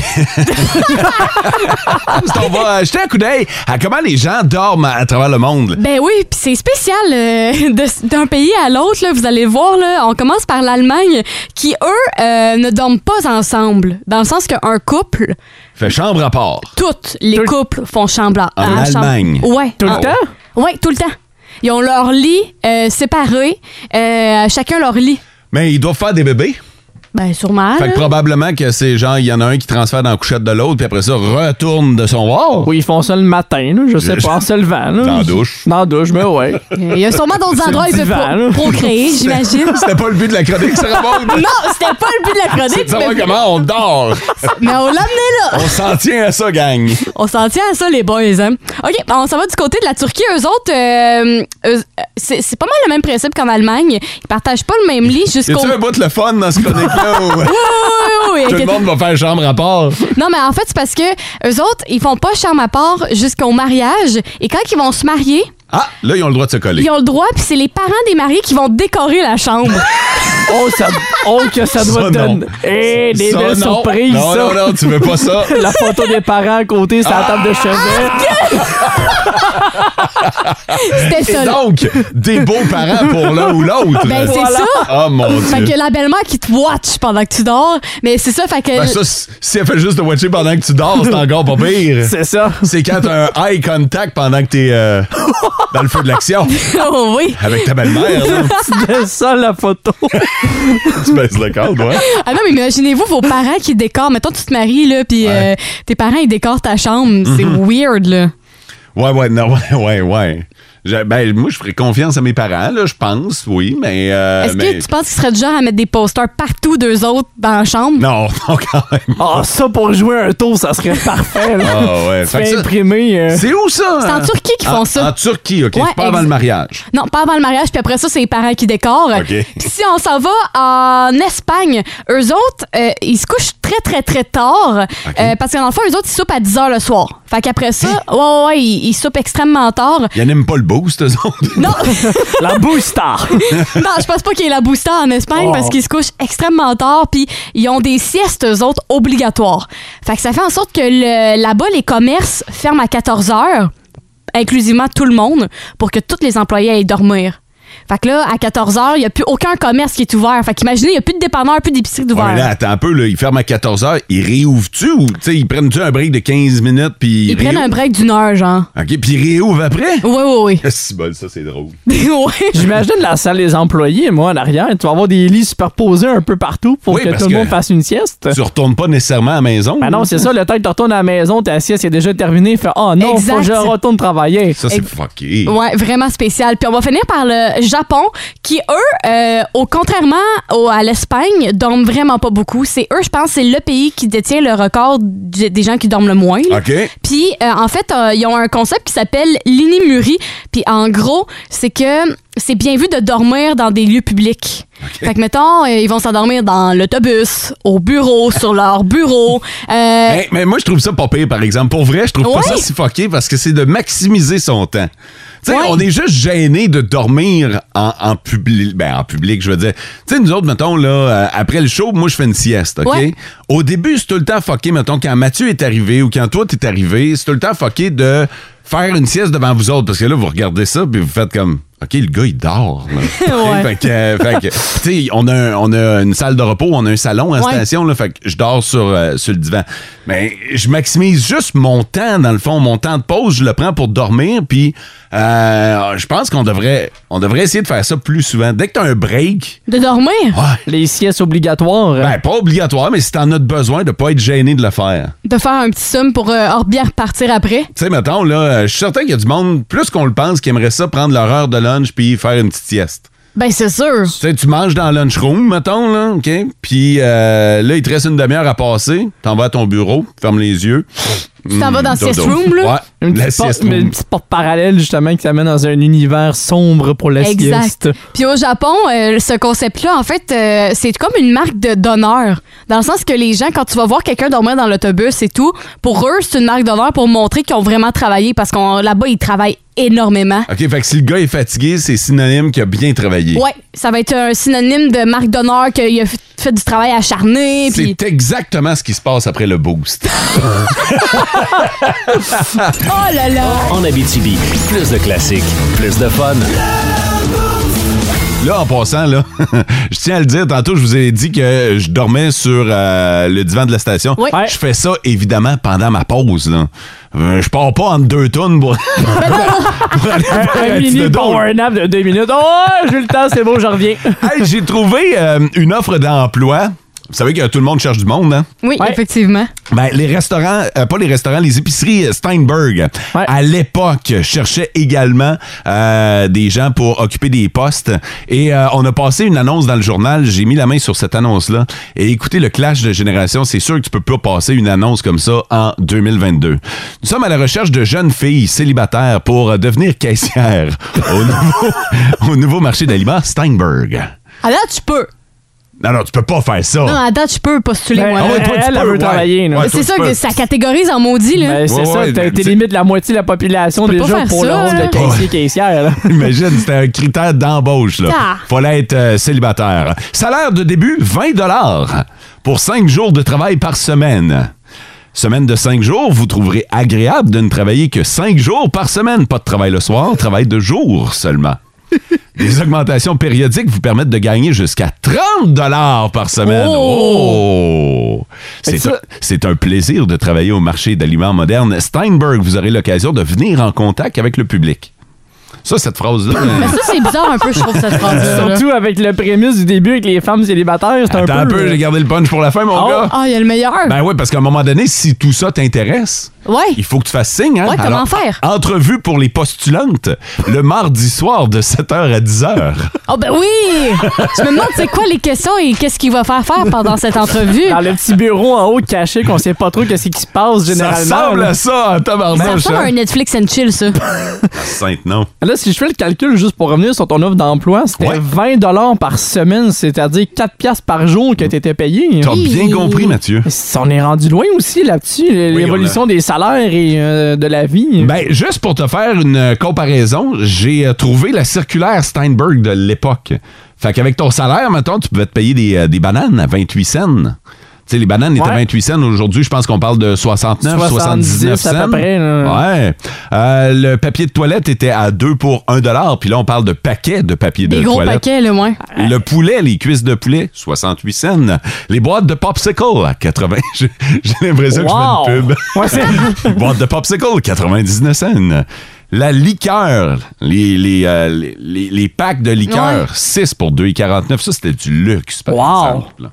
C: Parce qu'on va jeter un coup d'œil à comment les gens dorment à travers le monde.
D: Ben oui, puis c'est spécial euh, de- d'un pays à l'autre. là, Vous allez voir, là, on commence par l'Allemagne, qui, eux, euh, ne dorment pas ensemble. Dans le sens qu'un couple,
C: Fait chambre à part.
D: toutes les
E: Tout-
D: couples font semblant.
C: En
D: hein, chambre-
C: Allemagne. Ah
D: Ouais.
E: Tout le
D: en-
E: temps?
D: Ouais, tout le temps. Ils ont leur lit séparés, séparé, euh, chacun leur lit.
C: Mais ils doivent faire des bébés.
D: Ben sûrement.
C: Fait
D: là.
C: que probablement que c'est genre, il y en a un qui transfère dans la couchette de l'autre, puis après ça, retourne de son bord.
E: Oui, ils font ça le matin, là, je sais pas, en se levant. là.
C: Dans la douche.
E: Dans la douche, mais ouais.
D: Il y a sûrement
E: *laughs*
D: d'autres endroits où ils peuvent
E: divan,
D: pro-
E: là. *laughs*
D: procréer, j'imagine.
C: C'était pas le but de la chronique, ça remonte.
D: *laughs* Non, c'était pas le but de la
C: C'est de
D: chronique,
C: savoir
D: mais-
C: comment on dort.
D: *laughs* mais on l'a amené là.
C: On s'en tient à ça, gang.
D: On s'en tient à ça, les boys. Hein? OK, ben, on s'en va du côté de la Turquie. Eux autres, euh, eux- c'est c'est pas mal le même principe qu'en Allemagne. Ils partagent pas le même lit
C: *laughs* Y
D: jusqu'au...
C: a-tu un bout de le fun dans ce chronique-là où
D: *laughs* Oui, oui, oui,
C: tout le
D: inquiétez-
C: monde va faire chambre à part?
D: Non, mais en fait, c'est parce que eux autres, ils font pas charme à part jusqu'au mariage. Et quand ils vont se marier,
C: Ah, là, ils ont le droit de se coller.
D: ils ont le droit, puis c'est les parents des mariés qui vont décorer la chambre.
E: Oh, ça, oh que ça doit
C: Ça,
E: donner.
C: non.
E: Eh, des
C: Ça,
E: belles
C: non.
E: surprises,
C: Non,
E: ça.
C: non, non, Ah, tu veux pas
D: *laughs*
C: ça.
E: La photo des parents à côté, c'est la table de chevet.
D: C'était
C: Et
D: ça. là.
C: donc, des beaux parents pour l'un ou l'autre.
D: Ben, c'est ça.
C: Oh mon
D: Fait
C: dieu.
D: que la belle-mère qui te watch pendant que tu dors. Mais c'est ça, fait que...
C: Ben,
D: *laughs*
C: ça, si si elle fait juste te watcher pendant que tu dors, c'est encore pas pire.
D: *laughs*
E: C'est ça.
C: C'est quand t'as un eye contact pendant que t'es euh, dans le feu de l'action
D: Oh oui.
C: avec ta belle-mère. là.
D: *laughs*
E: C'est ça, la photo.
C: Tu baisses le cadre, ouais.
D: Ah non, mais imaginez-vous vos parents qui décorent. Mettons, tu te maries, là, puis
C: Ouais. Mhm.
D: euh, tes parents, ils décorent ta chambre. C'est weird, là.
C: Ouais, ouais, non, ouais, ouais, ouais. Je- ben, moi, je ferais confiance à mes parents, là, je pense, oui, mais. euh,
D: Est-ce
C: mais-
D: que tu penses qu'ils seraient du genre à mettre des posters partout d'eux autres dans la chambre?
C: Non, *laughs* non, quand même.
E: Ah, ça, pour jouer un tour, ça serait parfait. Là.
C: Ah, ouais.
E: Tu
C: Fait que
E: fais
C: ça-
E: imprimer. euh,
C: C'est où ça? hein?
D: C'est en Turquie qu'ils font
C: En-
D: ça.
C: En Turquie, OK.
D: Ouais,
C: c'est pas avant
D: ex-
C: le mariage.
D: Non, pas avant le mariage, puis après ça, c'est les parents qui décorent.
C: OK.
D: Puis si on s'en va en Espagne, eux autres, euh, ils se couchent très, très, très tard. euh, parce qu'en fond, eux autres, ils soupent à 10 heures le soir. Fait qu'après ça, ouais, ouais, ouais, ils, ils soupent extrêmement tard.
C: Ils n'aiment pas le boost, eux
D: *laughs*
C: autres.
D: Non,
E: La booster.
D: non, je pense pas qu'il y ait la boosta en Espagne
E: Oh.
D: parce qu'ils se couchent extrêmement tard puis ils ont des siestes eux autres obligatoires. Fait que ça fait en sorte que le- là-bas les commerces ferment à 14 heures inclusivement tout le monde pour que tous les employés aillent dormir. Fait que là, à 14 heures, il n'y a plus aucun commerce qui est ouvert. Fait qu'imaginez, il n'y a plus de dépanneur, plus d'épicerie
C: Ouais,
D: d'ouvert.
C: mais là, attends un peu, là, ils ferment à 14 h ils réouvrent-tu ou tu sais, ils prennent-tu un break de 15 minutes puis
D: ils prennent un
C: réouvrent?
D: break d'une heure, genre.
C: OK, puis ils réouvrent après?
D: Oui, oui,
C: *laughs* C'est bon, ça, c'est drôle.
D: oui. *laughs* ouais.
E: J'imagine la salle des employés, moi, en arrière. Tu vas avoir des lits superposés un peu partout pour
C: Oui,
E: que
C: parce
E: tout le monde
C: que-
E: fasse une sieste.
D: *laughs*
C: Tu retournes pas nécessairement à la maison?
E: Ben non, c'est ça. Le temps que tu retournes à la maison, ta sieste est déjà terminée. Fait, oh non, faut
D: Exact.
E: que je retourne travailler.
C: Ça, c'est
D: Ex-
C: fucké.
D: Ouais, vraiment spécial. Puis on va finir par le Japon, qui eux, euh, au contrairement au- à l'Espagne, dorment vraiment pas beaucoup. C'est eux, je pense, c'est le pays qui détient le record du- des gens qui dorment le moins. là.
C: OK.
D: euh, Puis euh, en fait, euh, ils ont un concept qui s'appelle l'inimuri. Puis en gros, c'est que c'est bien vu de dormir dans des lieux publics. Fait que, mettons, euh, ils vont s'endormir dans l'autobus, au bureau, sur leur bureau. Euh,
C: Mais, mais moi, je trouve ça pas pire, par exemple. Pour vrai, je trouve pas
D: Ouais.
C: ça si fucké parce que c'est de maximiser son temps. Tu sais,
D: Ouais.
C: on est juste gêné de dormir en, en public. Ben, en public, je veux dire. Tu sais, nous autres, mettons, là, euh, après le show, moi, je fais une sieste, OK?
D: Ouais.
C: Au début, c'est tout le temps fucké, mettons, quand Mathieu est arrivé ou quand toi, t'es arrivé, c'est tout le temps fucké de faire une sieste devant vous autres parce que là, vous regardez ça puis vous faites comme. OK, le gars, il dort. là.
D: *laughs* Ouais.
C: Fait que, euh, fait que, tu sais, on a, un- on a une salle de repos, on a un salon à
D: Ouais.
C: station, là, fait que je dors sur, euh, sur le divan. Mais je maximise juste mon temps, dans le fond, mon temps de pause, je le prends pour dormir, puis euh, je pense qu'on devrait, on devrait essayer de faire ça plus souvent. Dès que tu as un break,
D: de dormir?
C: ouais,
E: Les siestes obligatoires.
C: ben, pas obligatoire, mais si t'en as de besoin, de pas être gêné de le faire.
D: De faire un petit somme pour euh, hors bien repartir après?
C: Tu sais, mettons, là, euh, je suis certain qu'il y a du monde, plus qu'on le pense, qui aimerait ça prendre leur heure de lunch puis faire une petite sieste.
D: Ben, c'est sûr.
C: Tu sais, tu manges dans le lunchroom, mettons, là, OK? Puis euh, là, il te reste une demi-heure à passer. T'en vas à ton bureau, ferme les yeux. Hmm,
D: Tu t'en vas dans le
C: Dodo.
D: sieste room, là?
C: Ouais,
E: Une
C: la
E: petite,
C: sieste
E: porte, mais une
C: room.
E: petite porte parallèle, justement, qui t'amène dans un univers sombre pour la
D: Exact.
E: sieste.
D: Puis au Japon, euh, ce concept-là, en fait, euh, c'est comme une marque de d'honneur. Dans le sens que les gens, quand tu vas voir quelqu'un dormir dans l'autobus et tout, pour eux, c'est une marque d'honneur pour montrer qu'ils ont vraiment travaillé parce qu'on là-bas, ils travaillent énormément.
C: OK, fait que si le gars est fatigué, c'est synonyme qu'il a bien travaillé.
D: Ouais, ça va être un synonyme de marque d'honneur qu'il a fait- fait du travail acharné. Puis...
C: C'est exactement ce qui se passe après le boost.
D: Oh là là!
B: En Abitibi, plus de classiques, plus de fun.
C: Là, en passant, là, *laughs* je tiens à le dire, tantôt, je vous ai dit que je dormais sur euh, le divan de la station.
D: Oui.
E: Ouais.
C: Je fais ça, évidemment, pendant ma pause. Là. Euh, je pars pas entre deux tonnes pour, *laughs* pour aller faire un
E: Un
C: petit
E: mini
C: dodo.
E: power nap de deux minutes. Oh, j'ai le temps, c'est bon, je
D: *laughs*
E: reviens.
C: Hey, j'ai trouvé euh, une offre d'emploi. Vous savez que tout le monde cherche du monde, hein?
D: Oui,
E: Ouais.
D: effectivement.
C: Ben, les restaurants, euh, pas les restaurants, les épiceries euh, Steinberg,
E: Ouais.
C: à l'époque, cherchaient également euh, des gens pour occuper des postes. Et euh, on a passé une annonce dans le journal. J'ai mis la main sur cette annonce-là. Et écoutez, le clash de génération, c'est sûr que tu peux pas passer une annonce comme ça en 2022. Nous sommes à la recherche de jeunes filles célibataires pour euh, devenir caissières *laughs* au nouveau, au nouveau marché d'aliments Steinberg.
D: À date, tu peux.
C: Non, non, tu peux pas faire ça.
D: Non, à date, tu peux postuler.
E: Ben,
D: moi.
E: ah ouais, toi, Elle, elle veut travailler, là.
C: Ouais, Oh. toi,
D: c'est
C: tu
D: ça
C: peux.
D: que ça catégorise en maudit, là.
E: Ben, c'est
C: Ouais,
E: ça,
C: ouais,
E: t'as
C: mais
E: été
C: tu-
E: limite la moitié de la population
D: Tu peux pas
E: déjà
D: faire
E: pour le
D: ça, hein?
E: rôle
D: là.
E: de caissier caissière.
D: *laughs*
E: là.
C: *laughs* Imagine, c'était un critère d'embauche. Là.
D: Ah.
C: Fallait être euh, célibataire. Salaire de début, 20 pour 5 jours de travail par semaine. Semaine de 5 jours, vous trouverez agréable de ne travailler que 5 jours par semaine. Pas de travail le soir, travail de jour seulement. Les augmentations périodiques vous permettent de gagner jusqu'à 30 dollars par semaine. Oh!
E: Mais
C: C'est
E: ça-
C: un, c'est un plaisir de travailler au marché d'aliments modernes. Steinberg, vous aurez l'occasion de venir en contact avec le public. Ça, cette phrase-là.
D: Mais ça, c'est bizarre un peu, je trouve, cette
C: *laughs*
D: phrase-là. là.
E: Surtout avec le prémisse du début avec les femmes célibataires, c'est un peu. euh,
C: Attends un peu, j'ai gardé le punch pour la fin, mon
E: Oh.
C: gars.
D: Ah, il y a le meilleur.
C: Ben oui, parce qu'à un moment donné, si tout ça t'intéresse,
D: ouais.
C: il faut que tu fasses signe. Hein?
D: Ouais, comment faire?
C: en- Entrevue pour les postulantes, le mardi soir de 7h à 10h.
D: Oh ben oui! Je me demande c'est quoi les questions et qu'est-ce qu'il va faire faire pendant cette entrevue.
E: Dans le petit bureau en haut caché qu'on sait pas trop qu'est-ce qui se passe
C: Ça
E: généralement.
C: ressemble
E: là.
C: à ça, en
D: Ça
C: tabarnouche.
D: ressemble à un
C: hein?
D: Netflix and chill, ça.
C: Sainte, non.
E: Là, si je fais le calcul juste pour revenir sur ton offre d'emploi, c'était
C: Ouais.
E: 20 par semaine, c'est-à-dire 4 piastres par jour que tu étais payé.
C: T'as bien
D: Oui.
C: compris, Mathieu.
E: On est rendu loin aussi là-dessus, l'évolution des salaires et euh, de la vie.
C: Ben, juste pour te faire une euh, comparaison, j'ai euh, trouvé la circulaire Steinberg de l'époque. Fait qu'avec ton salaire, mettons, tu pouvais te payer des, euh, des bananes à 28 cents. Tu sais, les bananes étaient
E: Ouais.
C: à 28 cents. Aujourd'hui, je pense qu'on parle de 69, 79
E: à peu
C: cents.
E: près, là.
C: Ouais. Euh, le papier de toilette était à 2 pour 1 dollar. Puis là, on parle de paquets de papier
D: Des
C: de
D: gros
C: toilette.
D: paquets, le moins.
C: Le poulet, les cuisses de poulet, 68 cents. Les boîtes de popsicle, à 80. *laughs* J'ai j'ai l'impression
E: Wow!
C: que je fais une pub.
E: *laughs* Ouais, c'est-
C: Une *laughs* boîte de popsicle, 99 cents. La liqueur, les, les, euh, les, les- les packs de liqueur,
D: Ouais.
C: 6 pour 2,49. Ça, c'était du luxe, par
E: Wow.
C: exemple, là.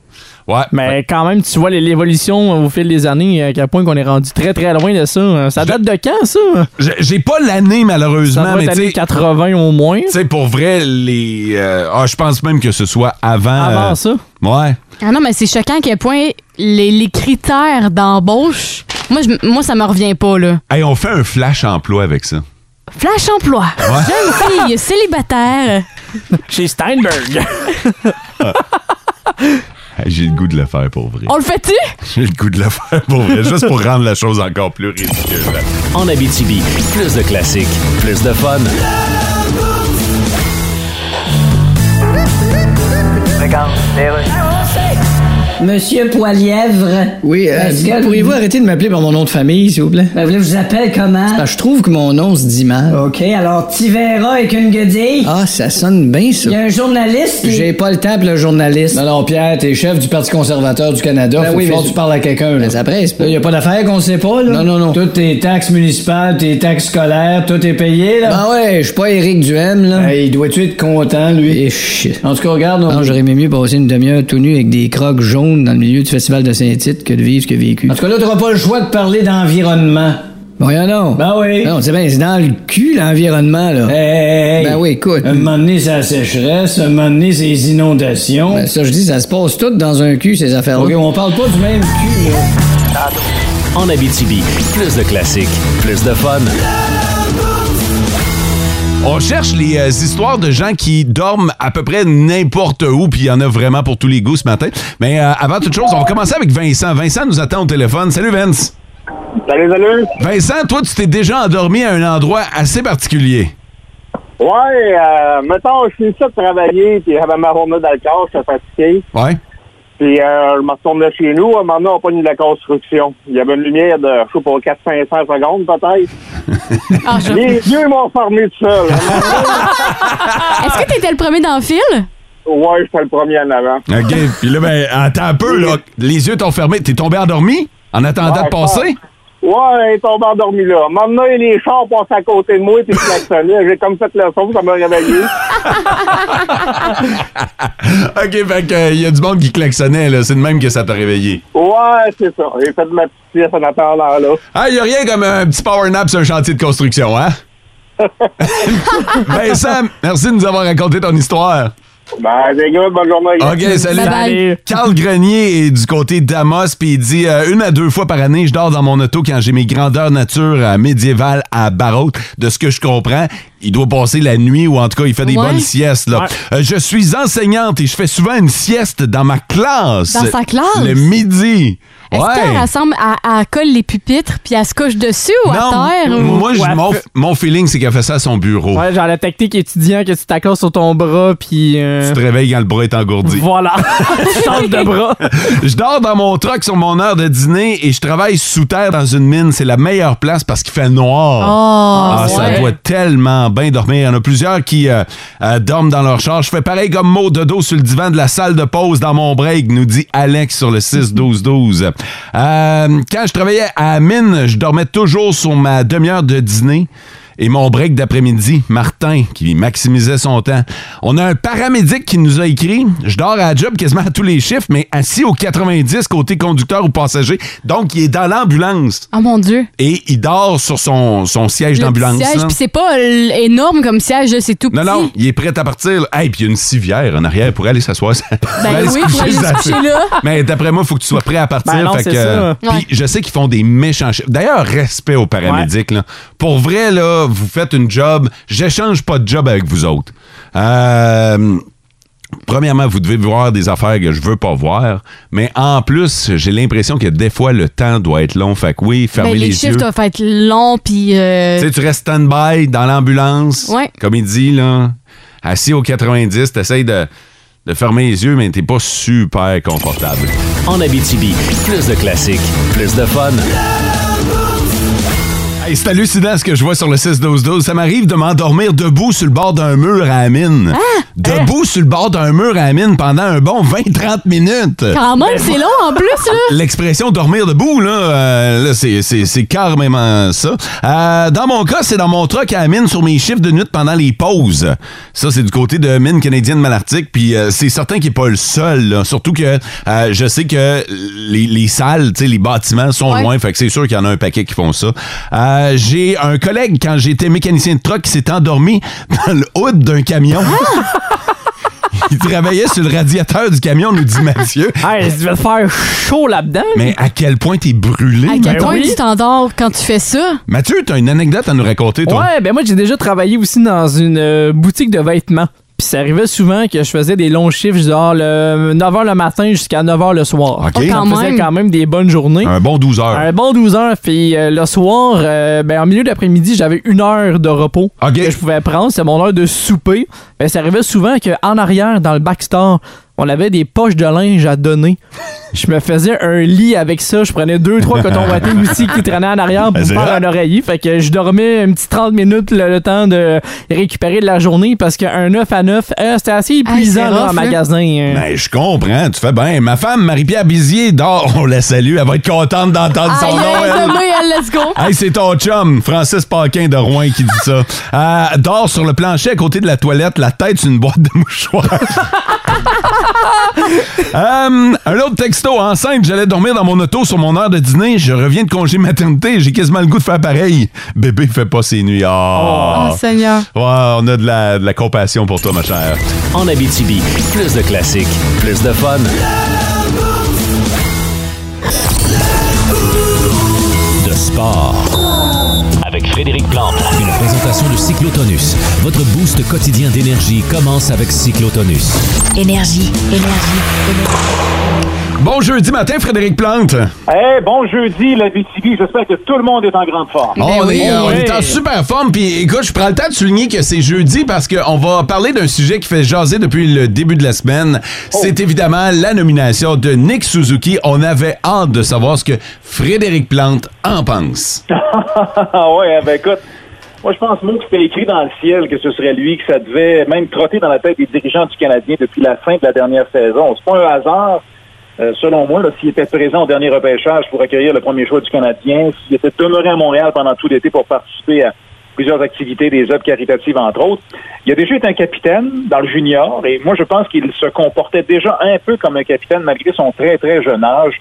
C: Ouais.
E: Mais quand même, tu vois l'évolution au fil des années, à quel point qu'on est rendu très très loin de ça. Ça date de quand, ça?
C: J'ai- J'ai pas l'année,
E: Ça
C: malheureusement,
E: doit
C: mais
E: être
C: tu
E: années
C: sais,
E: 80 au moins.
C: tu sais, pour vrai, les. euh, ah, je pense même que ce soit avant.
E: Avant
C: euh,
E: ça.
C: Ouais.
D: Ah non, mais c'est choquant à quel point les, les critères d'embauche. Moi, je- moi, ça me revient pas, là.
C: Hey, on fait un flash emploi avec ça.
D: Flash emploi. Jeune fille célibataire.
E: Chez Steinberg.
C: J'ai le goût de le faire pour
E: Oh,
C: vrai.
D: On le fait-tu?
C: J'ai le goût de le faire pour vrai, juste pour rendre la chose encore plus ridicule.
B: En Abitibi, plus de classiques, plus de fun.
H: Monsieur Poilièvre.
F: Oui, euh,
H: Est-ce que-
F: pourriez-vous arrêter de m'appeler par mon nom de famille, s'il vous plaît?
H: Ben, voulez-vous que je vous appelle comment?
F: Ah, je trouve que mon nom se dit mal.
H: OK, alors Tivera et qu'une guedille.
F: Ah, ça sonne bien, ça.
H: Il y a un journaliste. qui-
F: J'ai pas le temps pour le journaliste. Non, non, Pierre, t'es chef du Parti conservateur du Canada. faut oui, tu parles à quelqu'un. Là. Ça presse pas. Y a pas d'affaires qu'on sait pas, là. Non, non, non. Toutes tes taxes municipales, tes taxes scolaires, tout est payé, là. Ah ouais, je suis pas Éric Duhem, là. il doit-tu être content, lui? Et shit. En tout cas, regarde. Non, j'aurais aimé mieux passer une demi-heure tout nu avec des crocs jaunes dans le milieu du festival de Saint-Tite que de vivre ce que vécu. En tout cas, là, t'auras pas le choix de parler d'environnement. Voyons non. Ben oui. Non, c'est bien, c'est dans le cul, l'environnement, là. Ben oui, écoute. Un moment donné, c'est la sécheresse, un moment donné, c'est les inondations. Ben, ça, je dis, ça se passe tout dans un cul, ces affaires-là. OK, on parle pas du même cul, là.
B: En Abitibi, plus de classiques, plus de fun.
C: On cherche les euh, histoires de gens qui dorment à peu près n'importe où, puis il y en a vraiment pour tous les goûts ce matin. Mais euh, avant toute chose, on va commencer avec Vincent. Vincent nous attend au téléphone. Salut Vince.
I: Salut, salut.
C: Vincent, toi, tu t'es déjà endormi à un endroit assez particulier.
I: Ouais, euh, mettons, je suis ici de travailler, puis j'avais ma journée dans le corps, j'étais fatigué.
C: Ouais.
I: Puis euh, je me retournais chez nous, à un moment donné, on a pogné de la construction. Il y avait une lumière de, je sais pas, 400-500 secondes peut-être.
D: Ah, je-
I: Les yeux m'ont fermé tout seul. hein.
D: Ah, Est-ce que t'étais le premier dans le fil?
I: ouais, j'étais le premier en avant.
C: OK. *laughs* puis là, ben, attends un peu, là. Les yeux t'ont fermé. T'es tombé endormi en attendant
I: Ouais,
C: de passer?
I: Ouais, il est tombé endormi là. Maintenant, les chars passent à côté de moi, puis je klaxonnais. J'ai comme fait le son, ça m'a réveillé.
C: OK, fait que, euh, il y a du monde qui klaxonnait, là. C'est de même que ça t'a réveillé.
I: Ouais, c'est ça. J'ai fait de ma petite sieste en attendant là.
C: Ah, il a rien comme un petit power nap sur un chantier de construction,
D: *laughs*
C: hein? Vincent, merci de nous avoir raconté ton histoire.
I: Ben, les gars, bonne journée.
C: OK, salut.
D: Bye bye.
E: Salut.
C: Carl Grenier est du côté d'Amos, puis il dit euh, une à deux fois par année, je dors dans mon auto quand j'ai mes grandeurs nature euh, médiévales à Barrault. De ce que je comprends, il doit passer la nuit ou en tout cas, il fait des
D: Ouais.
C: bonnes siestes. Là.
E: Ouais.
C: Euh, je suis enseignante et je fais souvent une sieste dans ma classe.
D: Dans sa classe?
C: Le midi.
D: Est-ce qu'elle rassemble, elle, elle colle les pupitres puis elle se couche dessus ou
C: non,
D: à terre? ou-
C: moi, je-
E: Ouais.
C: mon, mon feeling, c'est qu'elle fait ça à son bureau.
E: Ouais, genre la tactique étudiant que tu t'accordes sur ton bras, puis. euh,
C: Tu te réveilles quand le bras est engourdi.
E: voilà. *laughs* tu changes de bras.
C: *laughs* Je dors dans mon truck sur mon heure de dîner et je travaille sous terre dans une mine. C'est la meilleure place parce qu'il fait noir.
D: Ah,
C: Ah, ça
D: ouais.
C: doit tellement bien dormir. Il y en a plusieurs qui euh, euh, dorment dans leur char. Je fais pareil comme mot de dos sur le divan de la salle de pause dans mon break, nous dit Alex sur le 6-12-12. Euh, quand je travaillais à la mine, je dormais toujours sur ma demi-heure de dîner. Et mon break d'après-midi, Martin, qui maximisait son temps. On a un paramédic qui nous a écrit Je dors à la job quasiment à tous les chiffres, mais assis au 90 côté conducteur ou passager. Donc, il est dans l'ambulance
D: Ah, mon Dieu.
C: et il dort sur son, son siège
D: Le
C: d'ambulance.
D: petit siège,
C: là.
D: puis c'est pas l- énorme comme siège, là, c'est tout petit.
C: Non, non, il est prêt à partir. Hey, puis il y a une civière en arrière pour aller s'asseoir. *laughs*
D: Ben
C: aller se
D: oui,
C: coucher,
D: pour aller se
C: ça
D: coucher
C: fait.
D: là.
C: Mais d'après moi, il faut que tu sois prêt à partir.
E: Ben non,
C: fait
E: c'est
C: que,
E: ça.
C: euh,
D: Ouais.
C: Puis je sais qu'ils font des méchants chiffres. D'ailleurs, respect aux paramédics. là. Pour vrai, là, vous faites une job. J'échange pas de job avec vous autres. Euh, Premièrement, vous devez voir des affaires que je veux pas voir, mais en plus, j'ai l'impression que des fois le temps doit être long. Fait que oui, fermez
D: Ben,
C: les,
D: les
C: yeux.
D: chiffres doivent être longs, puis... euh,
C: Tu sais, tu restes stand-by dans l'ambulance.
D: Ouais.
C: Comme il dit, là. Assis au 90, t'essayes de, de fermer les yeux, mais t'es pas super confortable.
B: En Abitibi, plus de classiques, plus de fun.
C: Hey, c'est hallucinant ce que je vois sur le 6-12-12. Ça m'arrive de m'endormir debout sur le bord d'un mur à la mine.
D: Ah, hein?
C: Debout sur le bord d'un mur à la mine pendant un bon 20-30 minutes.
D: Quand même, c'est long en
C: *laughs*
D: plus, là.
C: L'expression dormir debout, là, euh, là, c'est- c'est c'est carrément ça. Euh, dans mon cas, c'est dans mon truck à la mine sur mes chiffres de nuit pendant les pauses. Ça, c'est du côté de mine canadienne Malartic. Puis euh, c'est certain qu'il n'est pas le seul. là. Surtout que euh, je sais que les, les salles, tu sais, les bâtiments sont
D: Ouais.
C: loin. Fait que c'est sûr qu'il y en a un paquet qui font ça. Euh, J'ai un collègue, quand j'étais mécanicien de truck, qui s'est endormi dans le hood d'un camion. *laughs* Il travaillait sur le radiateur du camion, nous dit Mathieu.
E: Hey, tu vas te faire chaud là-dedans.
C: Mais à quel point t'es brûlé,
D: À quel
C: Mathieu?
D: point
E: oui.
D: tu t'endors quand tu fais ça?
C: Mathieu, t'as une anecdote à nous raconter, toi?
E: Ouais, ben moi j'ai déjà travaillé aussi dans une euh, boutique de vêtements. Puis ça arrivait souvent que je faisais des longs chiffres, genre le 9h le matin jusqu'à 9h le soir.
C: OK.
E: Ça
D: Quand
E: me faisait
D: même.
E: quand même des bonnes journées.
C: Un bon 12 heures.
E: Un bon 12 heures, puis euh, le soir, euh, ben, en milieu d'après-midi, j'avais une heure de repos
C: Ah, OK.
E: que je pouvais prendre. C'est mon heure de souper. Ben, ça arrivait souvent qu'en arrière, dans le backstore, on avait des poches de linge à donner. Je me faisais un lit avec ça. Je prenais deux,
C: *laughs*
E: trois cotons wattés aussi qui traînaient en arrière pour
C: Ben,
E: me
C: c'est
E: faire
C: hot.
E: un oreiller. Fait que je dormais un petit 30 minutes le, le temps de récupérer de la journée parce qu'un 9 à 9, euh, c'était assez épuisant
D: c'est
E: là,
D: rough, hein.
E: en
D: là.
E: magasin. euh.
C: Ben, je comprends, tu fais bien. Ma femme, Marie-Pierre Bizier, dort. On la salue, elle va être contente d'entendre son
D: Aïe,
C: nom.
D: aïe,
C: elle.
D: demain, elle, let's go!
C: Hey, c'est ton chum, Francis Paquin de Rouen qui dit ça. Euh, dort sur le plancher à côté de la toilette, la tête sur une boîte de mouchoirs. *laughs* Hum, un autre texto. Enceinte, j'allais dormir dans mon auto sur mon heure de dîner. Je reviens de congé maternité. J'ai quasiment le goût de faire pareil. Bébé fait pas ses nuits. Ah.
D: Oh, Seigneur.
C: Ouais, on a de la, de la compassion pour toi, ma chère.
B: En Abitibi, plus de classiques, plus de fun. De sport. Avec Frédéric Plante. Une présentation de Cyclotonus. Votre boost quotidien d'énergie commence avec Cyclotonus.
A: Énergie, énergie, énergie.
C: Bon jeudi matin, Frédéric Plante.
I: Hey, Eh, bon jeudi, la BTV. J'espère que tout le monde est en grande forme.
C: on, est, Oh euh, on est en super forme. Puis écoute, je prends le temps de souligner que c'est jeudi parce qu'on va parler d'un sujet qui fait jaser depuis le début de la semaine.
I: Oh.
C: C'est évidemment la nomination de Nick Suzuki. On avait hâte de savoir ce que Frédéric Plante en pense.
I: Ah ouais, ben écoute, moi je pense même que c'était écrit dans le ciel que ce serait lui, que ça devait même trotter dans la tête des dirigeants du Canadien depuis la fin de la dernière saison. C'est pas un hasard, euh, selon moi, là, s'il était présent au dernier repêchage pour accueillir le premier choix du Canadien, s'il était demeuré à Montréal pendant tout l'été pour participer à plusieurs activités, des œuvres caritatives entre autres. Il a déjà été un capitaine dans le junior et moi je pense qu'il se comportait déjà un peu comme un capitaine malgré son très très jeune âge.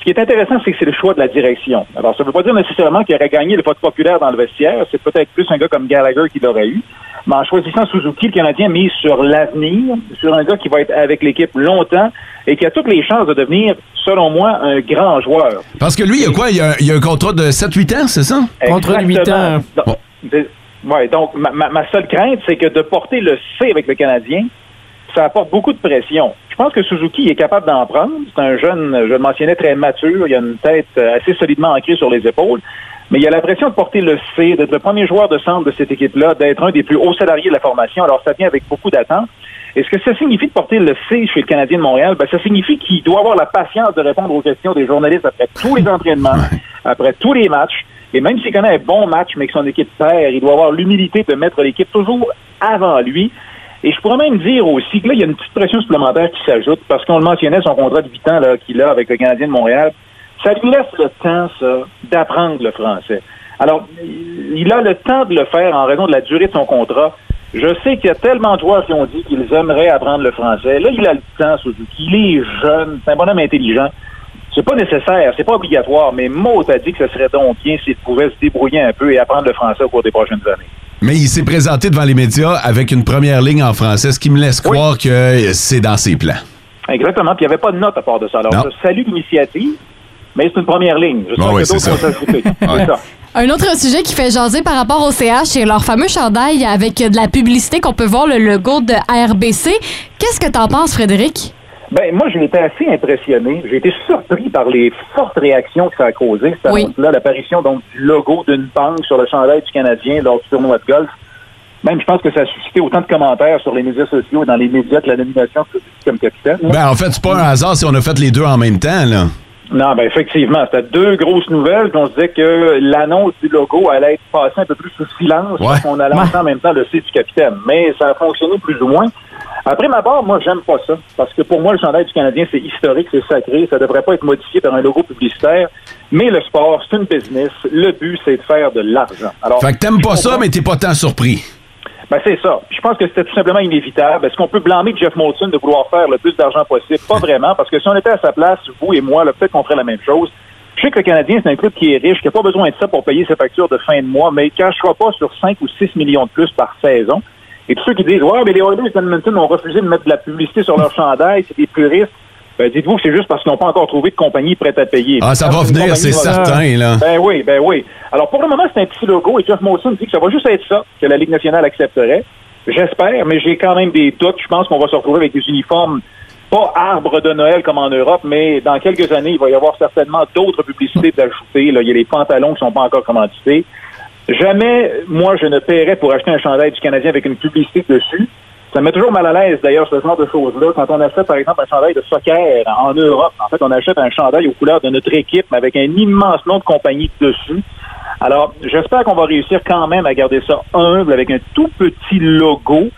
I: Ce qui est intéressant, c'est que c'est le choix de la direction. Alors, ça ne veut pas dire nécessairement qu'il aurait gagné le vote populaire dans le vestiaire. C'est peut-être plus un gars comme Gallagher qui l'aurait eu. Mais Ben, en choisissant Suzuki, le Canadien mise sur l'avenir, sur un gars qui va être avec l'équipe longtemps et qui a toutes les chances de devenir, selon moi, un grand joueur.
C: Parce que lui, il y a quoi? Il y a, un- il y a un contrat de 7-8 ans, c'est ça?
E: Contre
I: Exactement.
E: huit ans.
I: Donc,
C: Bon.
I: c'est- ouais, donc ma, ma- ma seule crainte, c'est que de porter le C avec le Canadien, ça apporte beaucoup de pression. Je pense que Suzuki est capable d'en prendre. C'est un jeune, je le mentionnais, très mature. Il a une tête euh, assez solidement ancrée sur les épaules. Mais il a la pression de porter le C, d'être le premier joueur de centre de cette équipe-là, d'être un des plus hauts salariés de la formation. Alors, ça vient avec beaucoup d'attentes. Et ce que ça signifie de porter le C chez le Canadien de Montréal, ben, ça signifie qu'il doit avoir la patience de répondre aux questions des journalistes après tous les entraînements, *laughs* après tous les matchs. Et même s'il connaît un bon match, mais que son équipe perd, il doit avoir l'humilité de mettre l'équipe toujours avant lui. Et je pourrais même dire aussi que là, il y a une petite pression supplémentaire qui s'ajoute, parce qu'on le mentionnait, son contrat de 8 ans là, qu'il a avec le Canadien de Montréal, ça lui laisse le temps, ça, d'apprendre le français. Alors, il a le temps de le faire en raison de la durée de son contrat. Je sais qu'il y a tellement de joueurs qui ont dit qu'ils aimeraient apprendre le français. Là, il a le temps, Suzuki. Il est jeune, c'est un bonhomme intelligent. C'est pas nécessaire, c'est pas obligatoire, mais Maud a dit que ce serait donc bien s'il pouvait se débrouiller un peu et apprendre le français au cours des prochaines années.
C: Mais il s'est présenté devant les médias avec une première ligne en français, ce qui me laisse croire que c'est dans ses plans.
I: Exactement. Puis il n'y avait pas de note à part de ça. Alors,
C: Non.
I: je salue l'initiative, mais c'est une première ligne. Je
C: Ah
I: sens
C: oui,
I: que d'autres
C: c'est
I: vont
C: ça. *laughs*
I: s'ajouter.
C: Ouais.
I: C'est ça.
D: Un autre sujet qui fait jaser par rapport au CH, c'est leur fameux chandail avec de la publicité qu'on peut voir le logo de RBC. Qu'est-ce que t'en penses, Frédéric?
I: Ben, moi, j'ai été assez impressionné. J'ai été surpris par les fortes réactions que ça a causé, cette
D: Oui.
I: annonce-là, l'apparition donc du logo d'une banque sur le chandail du Canadien lors du tournoi de golf. Même, je pense que ça a suscité autant de commentaires sur les médias sociaux et dans les médias que la nomination de Suzuki comme capitaine. là.
C: Ben, en fait, c'est pas un hasard si on a fait les deux en même temps, là.
I: Non, ben effectivement, c'était deux grosses nouvelles. On se disait que l'annonce du logo allait être passée un peu plus sous silence
C: Ouais.
I: qu'on allait lancer en même temps le C du capitaine. Mais ça a fonctionné plus ou moins. Après ma part, moi, j'aime pas ça. Parce que pour moi, le chandail du Canadien, c'est historique, c'est sacré. Ça devrait pas être modifié par un logo publicitaire. Mais le sport, c'est une business. Le but, c'est de faire de l'argent. Alors,
C: Fait que t'aimes pas
I: je
C: ça,
I: comprends-
C: mais t'es pas tant surpris.
I: ben, c'est ça. Puis je pense que c'était tout simplement inévitable. Est-ce qu'on peut blâmer Jeff Molson de vouloir faire le plus d'argent possible? Pas vraiment, parce que si on était à sa place, vous et moi, là, peut-être qu'on ferait la même chose. Je sais que le Canadien, c'est un club qui est riche, qui n'a pas besoin de ça pour payer ses factures de fin de mois, mais il ne cachera pas sur 5 ou 6 millions de plus par saison. Et tous ceux qui disent, ouais, mais les Oilers d'Edmonton ont refusé de mettre de la publicité sur leur chandail, c'est des puristes. Ben, dites-vous que c'est juste parce qu'ils n'ont pas encore trouvé de compagnie prête à payer.
C: Ah, ça va
I: Une
C: venir,
I: compagnie
C: c'est
I: va-
C: certain, là.
I: Ben oui, ben oui. Alors, pour le moment, c'est un petit logo et Jeff Molson dit que ça va juste être ça que la Ligue nationale accepterait. J'espère, mais j'ai quand même des doutes. Je pense qu'on va se retrouver avec des uniformes pas arbres de Noël comme en Europe, mais dans quelques années, il va y avoir certainement d'autres publicités d'ajouter. Là, il y a les pantalons qui sont pas encore commandités. Jamais, moi, je ne paierais pour acheter un chandail du Canadien avec une publicité dessus. Ça me met toujours mal à l'aise, d'ailleurs, ce genre de choses-là. Quand on achète, par exemple, un chandail de soccer en Europe, en fait, on achète un chandail aux couleurs de notre équipe, mais avec un immense nom de compagnie dessus. Alors, j'espère qu'on va réussir quand même à garder ça humble, avec un tout petit logo.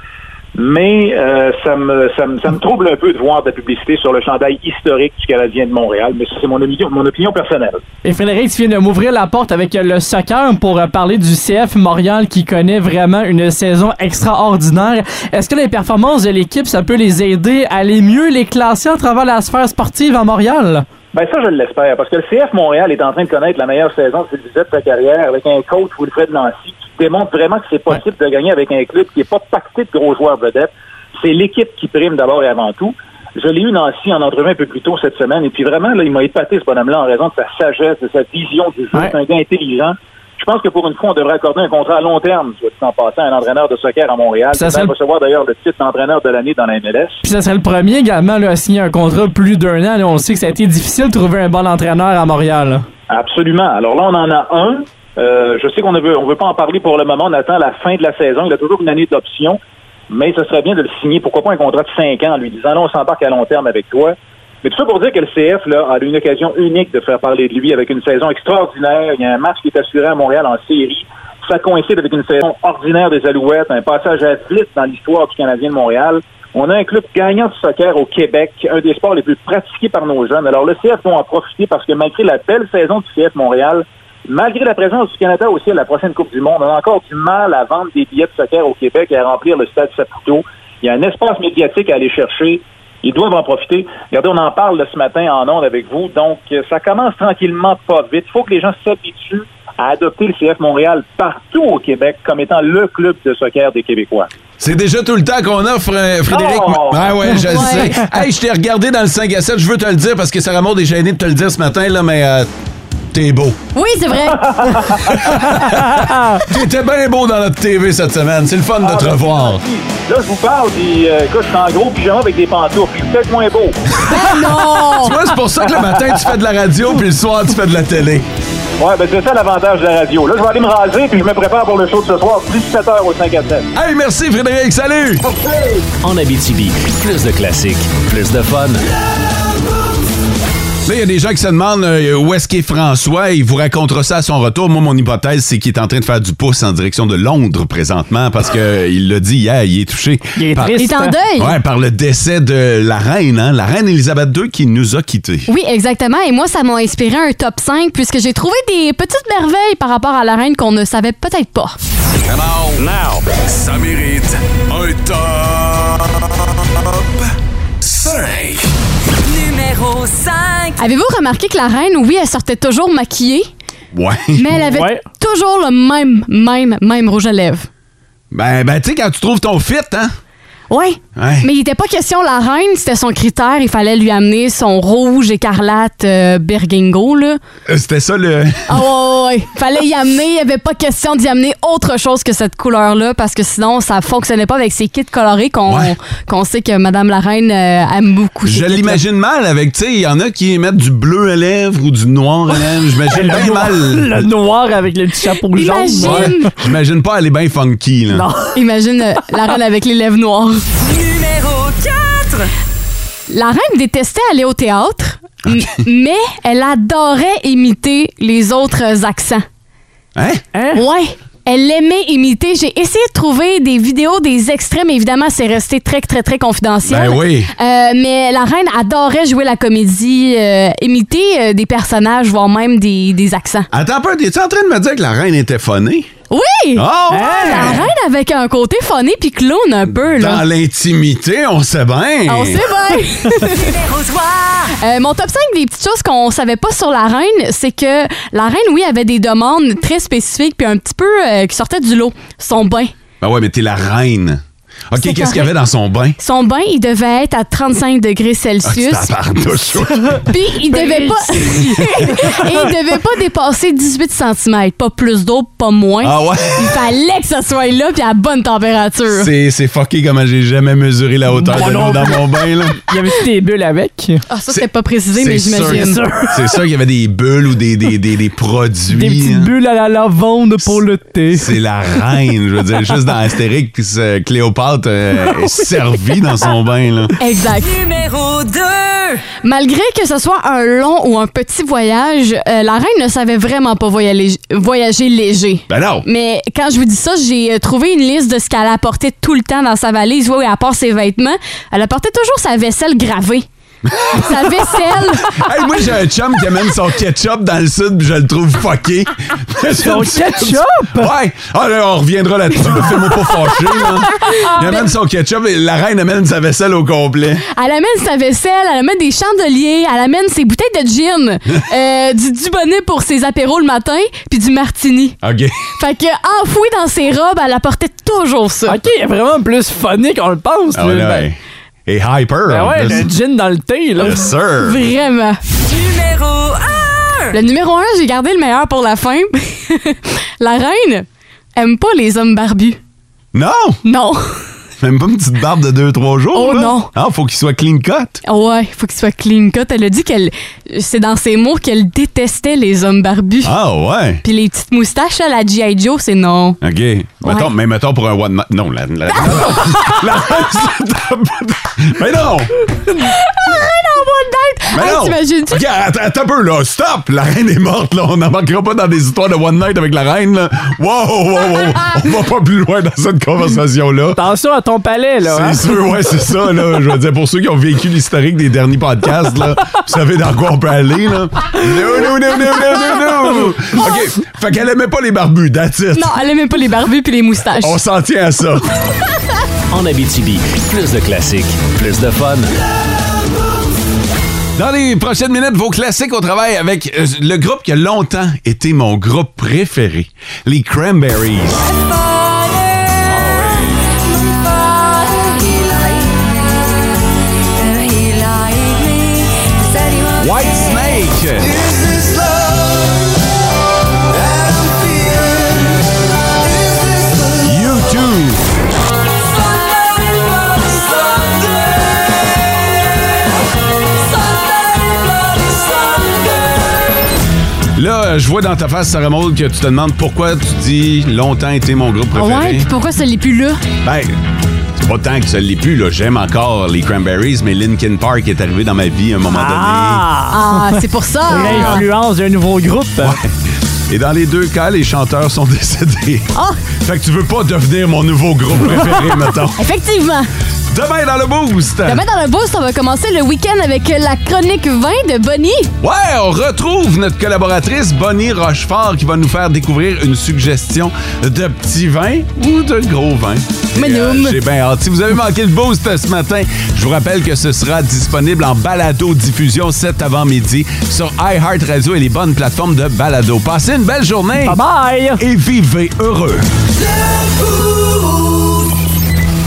I: Mais euh, ça, me, ça, me, ça me trouble un peu de voir de la publicité sur le chandail historique du Canadien de Montréal. Mais ça, c'est mon, opinion- mon opinion personnelle.
E: Et Frédéric, tu viens de m'ouvrir la porte avec euh, le soccer pour euh, parler du CF Montréal qui connaît vraiment une saison extraordinaire. Est-ce que les performances de l'équipe, ça peut les aider à aller mieux les classer à travers la sphère sportive à Montréal?
I: Ben ça, je l'espère, parce que le CF Montréal est en train de connaître la meilleure saison de Sylvie de sa carrière avec un coach Wilfred Nancy qui démontre vraiment que c'est possible de gagner avec un club qui n'est pas pacté de gros joueurs vedettes. C'est l'équipe qui prime d'abord et avant tout. Je l'ai eu Nancy en entrevue un peu plus tôt cette semaine, et puis vraiment, là, il m'a épaté ce bonhomme-là en raison de sa sagesse, de sa vision du jeu.
E: Ouais.
I: C'est un gars intelligent. Je pense que pour une fois, on devrait accorder un contrat à long terme, soit dit en passant, à un entraîneur de soccer à Montréal.
E: Ça
I: Ça, va
E: serait-
I: recevoir d'ailleurs le titre d'entraîneur de l'année dans la MLS.
E: Puis ça serait le premier également là, à signer un contrat plus d'un an. là. on le sait que ça a été difficile de trouver un bon entraîneur à Montréal. là.
I: Absolument. Alors là, on en a un. Euh, je sais qu'on ne veut, on veut pas en parler pour le moment. On attend la fin de la saison. Il a toujours une année d'option. Mais ce serait bien de le signer. Pourquoi pas un contrat de 5 ans en lui disant, là, on s'embarque à long terme avec toi. Mais tout ça pour dire que le CF là, a eu une occasion unique de faire parler de lui avec une saison extraordinaire. Il y a un match qui est assuré à Montréal en série. Ça coïncide avec une saison ordinaire des Alouettes, un passage à vite dans l'histoire du Canadien de Montréal. On a un club gagnant de soccer au Québec, un des sports les plus pratiqués par nos jeunes. Alors le CF va en profiter parce que malgré la belle saison du CF Montréal, malgré la présence du Canada aussi à la prochaine Coupe du Monde, on a encore du mal à vendre des billets de soccer au Québec et à remplir le stade Saputo. Il y a un espace médiatique à aller chercher. Ils doivent en profiter. Regardez, on en parle là, ce matin en ondes avec vous. Donc, euh, ça commence tranquillement, pas vite. Il faut que les gens s'habituent à adopter le CF Montréal partout au Québec comme étant le club de soccer des Québécois.
C: C'est déjà tout le temps qu'on offre, euh, Frédéric.
I: Oh!
C: Ah ouais, je le
D: Ouais.
C: sais. Hey, je t'ai regardé dans le 5 à 7, je veux te le dire parce que Sarah Maud est gênée de te le dire ce matin, là, mais euh, t'es beau.
D: Oui,
C: *laughs*
D: c'est vrai.
C: T'étais bien beau dans notre TV cette semaine. C'est le
E: Ah,
C: fun
E: ben,
C: de te revoir.
I: Là, je vous parle, puis euh, écoute, je suis en gros pyjama avec des pantoufles. Je suis peut-être moins beau.
D: Ben non!
C: Tu vois, c'est pour ça que le matin, tu fais de la radio, puis le soir, tu fais de la télé.
I: Ouais, ben c'est ça l'avantage de la radio. Là, je vais aller me raser, puis je me prépare pour le show de ce soir, 17h au 5 à 7.
C: Hey, merci, Frédéric. Salut!
B: En Abitibi, plus de classiques, plus de fun.
C: Là, il y a des gens qui se demandent euh, où est-ce qu'est François. Il vous racontera ça à son retour. Moi, mon hypothèse, c'est qu'il est en train de faire du pouce en direction de Londres présentement parce que euh, il l'a dit hier, il est touché.
E: Il est
C: par...
E: triste.
D: Il est en deuil.
C: Ouais, par le décès de la reine, hein? la reine Elisabeth II qui nous a quittés.
D: Oui, exactement. Et moi, ça m'a inspiré un top 5 puisque j'ai trouvé des petites merveilles par rapport à la reine qu'on ne savait peut-être pas.
J: Ça mérite un top 5.
G: Numéro 5.
D: Avez-vous remarqué que la reine, oui, elle sortait toujours maquillée,
C: Ouais.
D: mais elle avait
E: Ouais.
D: toujours le même, même, même rouge à lèvres?
C: Ben, ben tu sais, quand tu trouves ton fit, hein?
D: Oui.
C: Ouais.
D: Mais il n'était pas question la reine, c'était son critère. Il fallait lui amener son rouge écarlate euh, bergingo, là.
C: Euh, C'était ça le.
D: Ah ouais, ouais, ouais. *laughs* Fallait y amener. Il n'y avait pas question d'y amener autre chose que cette couleur-là parce que sinon, ça fonctionnait pas avec ces kits colorés qu'on
C: Ouais.
D: qu'on sait que Madame la Reine euh, aime beaucoup. ces
C: Je
D: kits-là.
C: l'imagine mal avec, tu sais, il y en a qui mettent du bleu à lèvres ou du noir à lèvres.
D: *laughs*
C: J'imagine bien
E: Le
C: mal.
E: noir avec les petits chapeaux jaunes.
D: Imagine.
C: Ouais. J'imagine pas aller bien funky, là.
E: Non.
D: Imagine euh, la reine avec les lèvres noires.
G: Numéro 4.
D: La reine détestait aller au théâtre, m- mais elle adorait imiter les autres accents.
C: Hein?
D: Ouais. Elle aimait imiter. J'ai essayé de trouver des vidéos, des extraits, mais évidemment, c'est resté très, très, très confidentiel.
C: Ben oui.
D: Euh, mais la reine adorait jouer la comédie, euh, imiter euh, des personnages, voire même des, des accents.
C: Attends un peu, es-tu en train de me dire que la reine était phonée?
D: Oui!
C: Oh! ouais!
D: La reine avec un côté funny puis clown un peu,
C: Dans
D: ah, là.
C: l'intimité, on sait bien.
D: Ah, On sait bien!
G: Numéro 3.
D: Euh, mon top 5 des petites choses qu'on savait pas sur la reine, c'est que la reine, oui, avait des demandes très spécifiques puis un petit peu euh, qui sortaient du lot. Son bain.
C: Ben ouais, mais t'es la reine. OK,
D: C'est
C: qu'est-ce qu'il y avait
D: correct.
C: dans son bain?
D: Son bain, il devait être à 35 degrés Celsius.
C: Ah, c'est la
D: *laughs*
C: barnouche.
D: Puis il devait pas *laughs* Et il devait pas dépasser 18 cm, pas plus d'eau, pas moins.
C: Ah ouais?
D: Il fallait que ça soit là puis à bonne température.
C: C'est c'est fucké comment j'ai jamais mesuré la hauteur
D: Moi
C: de
D: non
C: l'eau dans
D: plus.
C: mon *laughs* bain. Là.
E: Il y avait des bulles avec.
D: Ah ça c'est pas précisé mais
C: sûr.
D: j'imagine.
C: C'est sûr qu'il y avait des bulles ou des, des, des, des produits.
E: Des petites
C: hein.
E: bulles à la lavande pour le thé.
C: C'est la reine, je veux dire, juste dans Astérix, puis euh, Cléopâtre euh, est servie dans son bain. Là.
D: Exact. Numéro 2! Malgré que ce soit un long ou un petit voyage, euh, la reine ne savait vraiment pas voyager, voyager léger.
C: Ben non.
D: Mais quand je vous dis ça, j'ai euh, trouvé une liste de ce qu'elle apportait tout le temps dans sa valise. Oui, oui, à part ses vêtements, elle apportait toujours sa vaisselle gravée. sa vaisselle.
C: Hey, moi, j'ai un chum qui amène son ketchup dans le sud, puis je le trouve fucké. *laughs*
E: Son ketchup?
C: Ouais. Ah, là, on reviendra là-dessus, là, fais-moi pas fâcher. là. *laughs* Il amène son ketchup et la reine amène sa vaisselle au complet.
D: Elle amène sa vaisselle, elle amène des chandeliers, elle amène ses bouteilles de gin, euh, du, du bonnet pour ses apéros le matin, puis du martini.
C: OK.
D: Fait que enfouie dans ses robes, elle apportait toujours ça.
E: OK, elle est vraiment plus funny qu'on le pense.
C: Ah, ouais,
E: là.
C: là,
E: Ben-
C: ouais. Et hyper.
E: ben
C: en
E: ouais,
C: plus.
E: le gin dans le thé, là.
C: Yes, sir.
D: Vraiment.
G: Numéro 1.
D: Le numéro un, j'ai gardé le meilleur pour la fin. *laughs* la reine aime pas les hommes barbus.
C: Non!
D: Non.
C: Même pas une petite barbe de 2-3 jours.
D: Oh,
C: là.
D: non.
C: Ah, faut qu'il soit clean cut.
D: Ouais, faut qu'il soit clean cut. Elle a dit qu'elle. C'est dans ses mots qu'elle détestait les hommes barbus.
C: Ah, ouais.
D: Puis les petites moustaches, là, la G.I. Joe, c'est non.
C: OK. Mettons, mais mettons pour un one night. Non, la. la, la, la- la- mais non! Mais
D: Arrête en mode d'être!
C: non!
D: T'imagines-tu?
C: OK, attends, attends un peu, là. Stop! La reine est morte, là. On n'embarquera pas dans des histoires de one night avec la reine, là. Wow, wow, wow. On va pas plus loin dans cette conversation-là.
E: Attention à ton palais, là. hein.
C: C'est sûr, ouais, c'est ça, là. Je veux dire, pour ceux qui ont vécu l'historique des derniers podcasts, là, vous savez dans quoi on peut aller, là. Non, non, non, non, non, non, non. OK. Fait qu'elle aimait pas les barbus, that's it.
D: Non, elle aimait pas les barbus puis les moustaches.
C: On s'en tient à ça.
B: En Abitibi, plus de classiques, plus de fun.
C: Dans les prochaines minutes, vos classiques au travail avec euh, le groupe qui a longtemps été mon groupe préféré, les Cranberries. White Snake. U2. Là, euh, je vois dans ta face, Sarah Maud, que tu te demandes pourquoi tu dis longtemps été mon groupe
D: Ah ouais,
C: préféré.
D: puis pourquoi ça l'est plus là?
C: Ben, c'est pas tant que ça l'est plus, là. J'aime encore les Cranberries, mais Linkin Park est arrivé dans ma vie à un moment
E: Ah!
D: Ah, c'est pour ça!
E: L'influence d'un nouveau groupe.
C: donné. Et dans les deux cas, les chanteurs sont *laughs* décédés.
D: Ah!
C: Fait que tu veux pas devenir mon nouveau groupe
D: *laughs*
C: préféré, mettons.
D: Effectivement!
C: Demain dans le boost!
D: Demain dans le boost, on va commencer le week-end avec la chronique 20 de Bonnie.
C: Ouais, on retrouve notre collaboratrice Bonnie Rochefort qui va nous faire découvrir une suggestion de petit vin ou de gros vin.
D: Mais
C: Et, euh,
D: noum.
C: J'ai bien hâte. Si vous avez manqué le boost ce matin, je vous rappelle que ce sera disponible en balado diffusion cet avant-midi sur iHeartRadio et les bonnes plateformes de balado. Passez une belle journée
E: Bye!
C: et vivez heureux.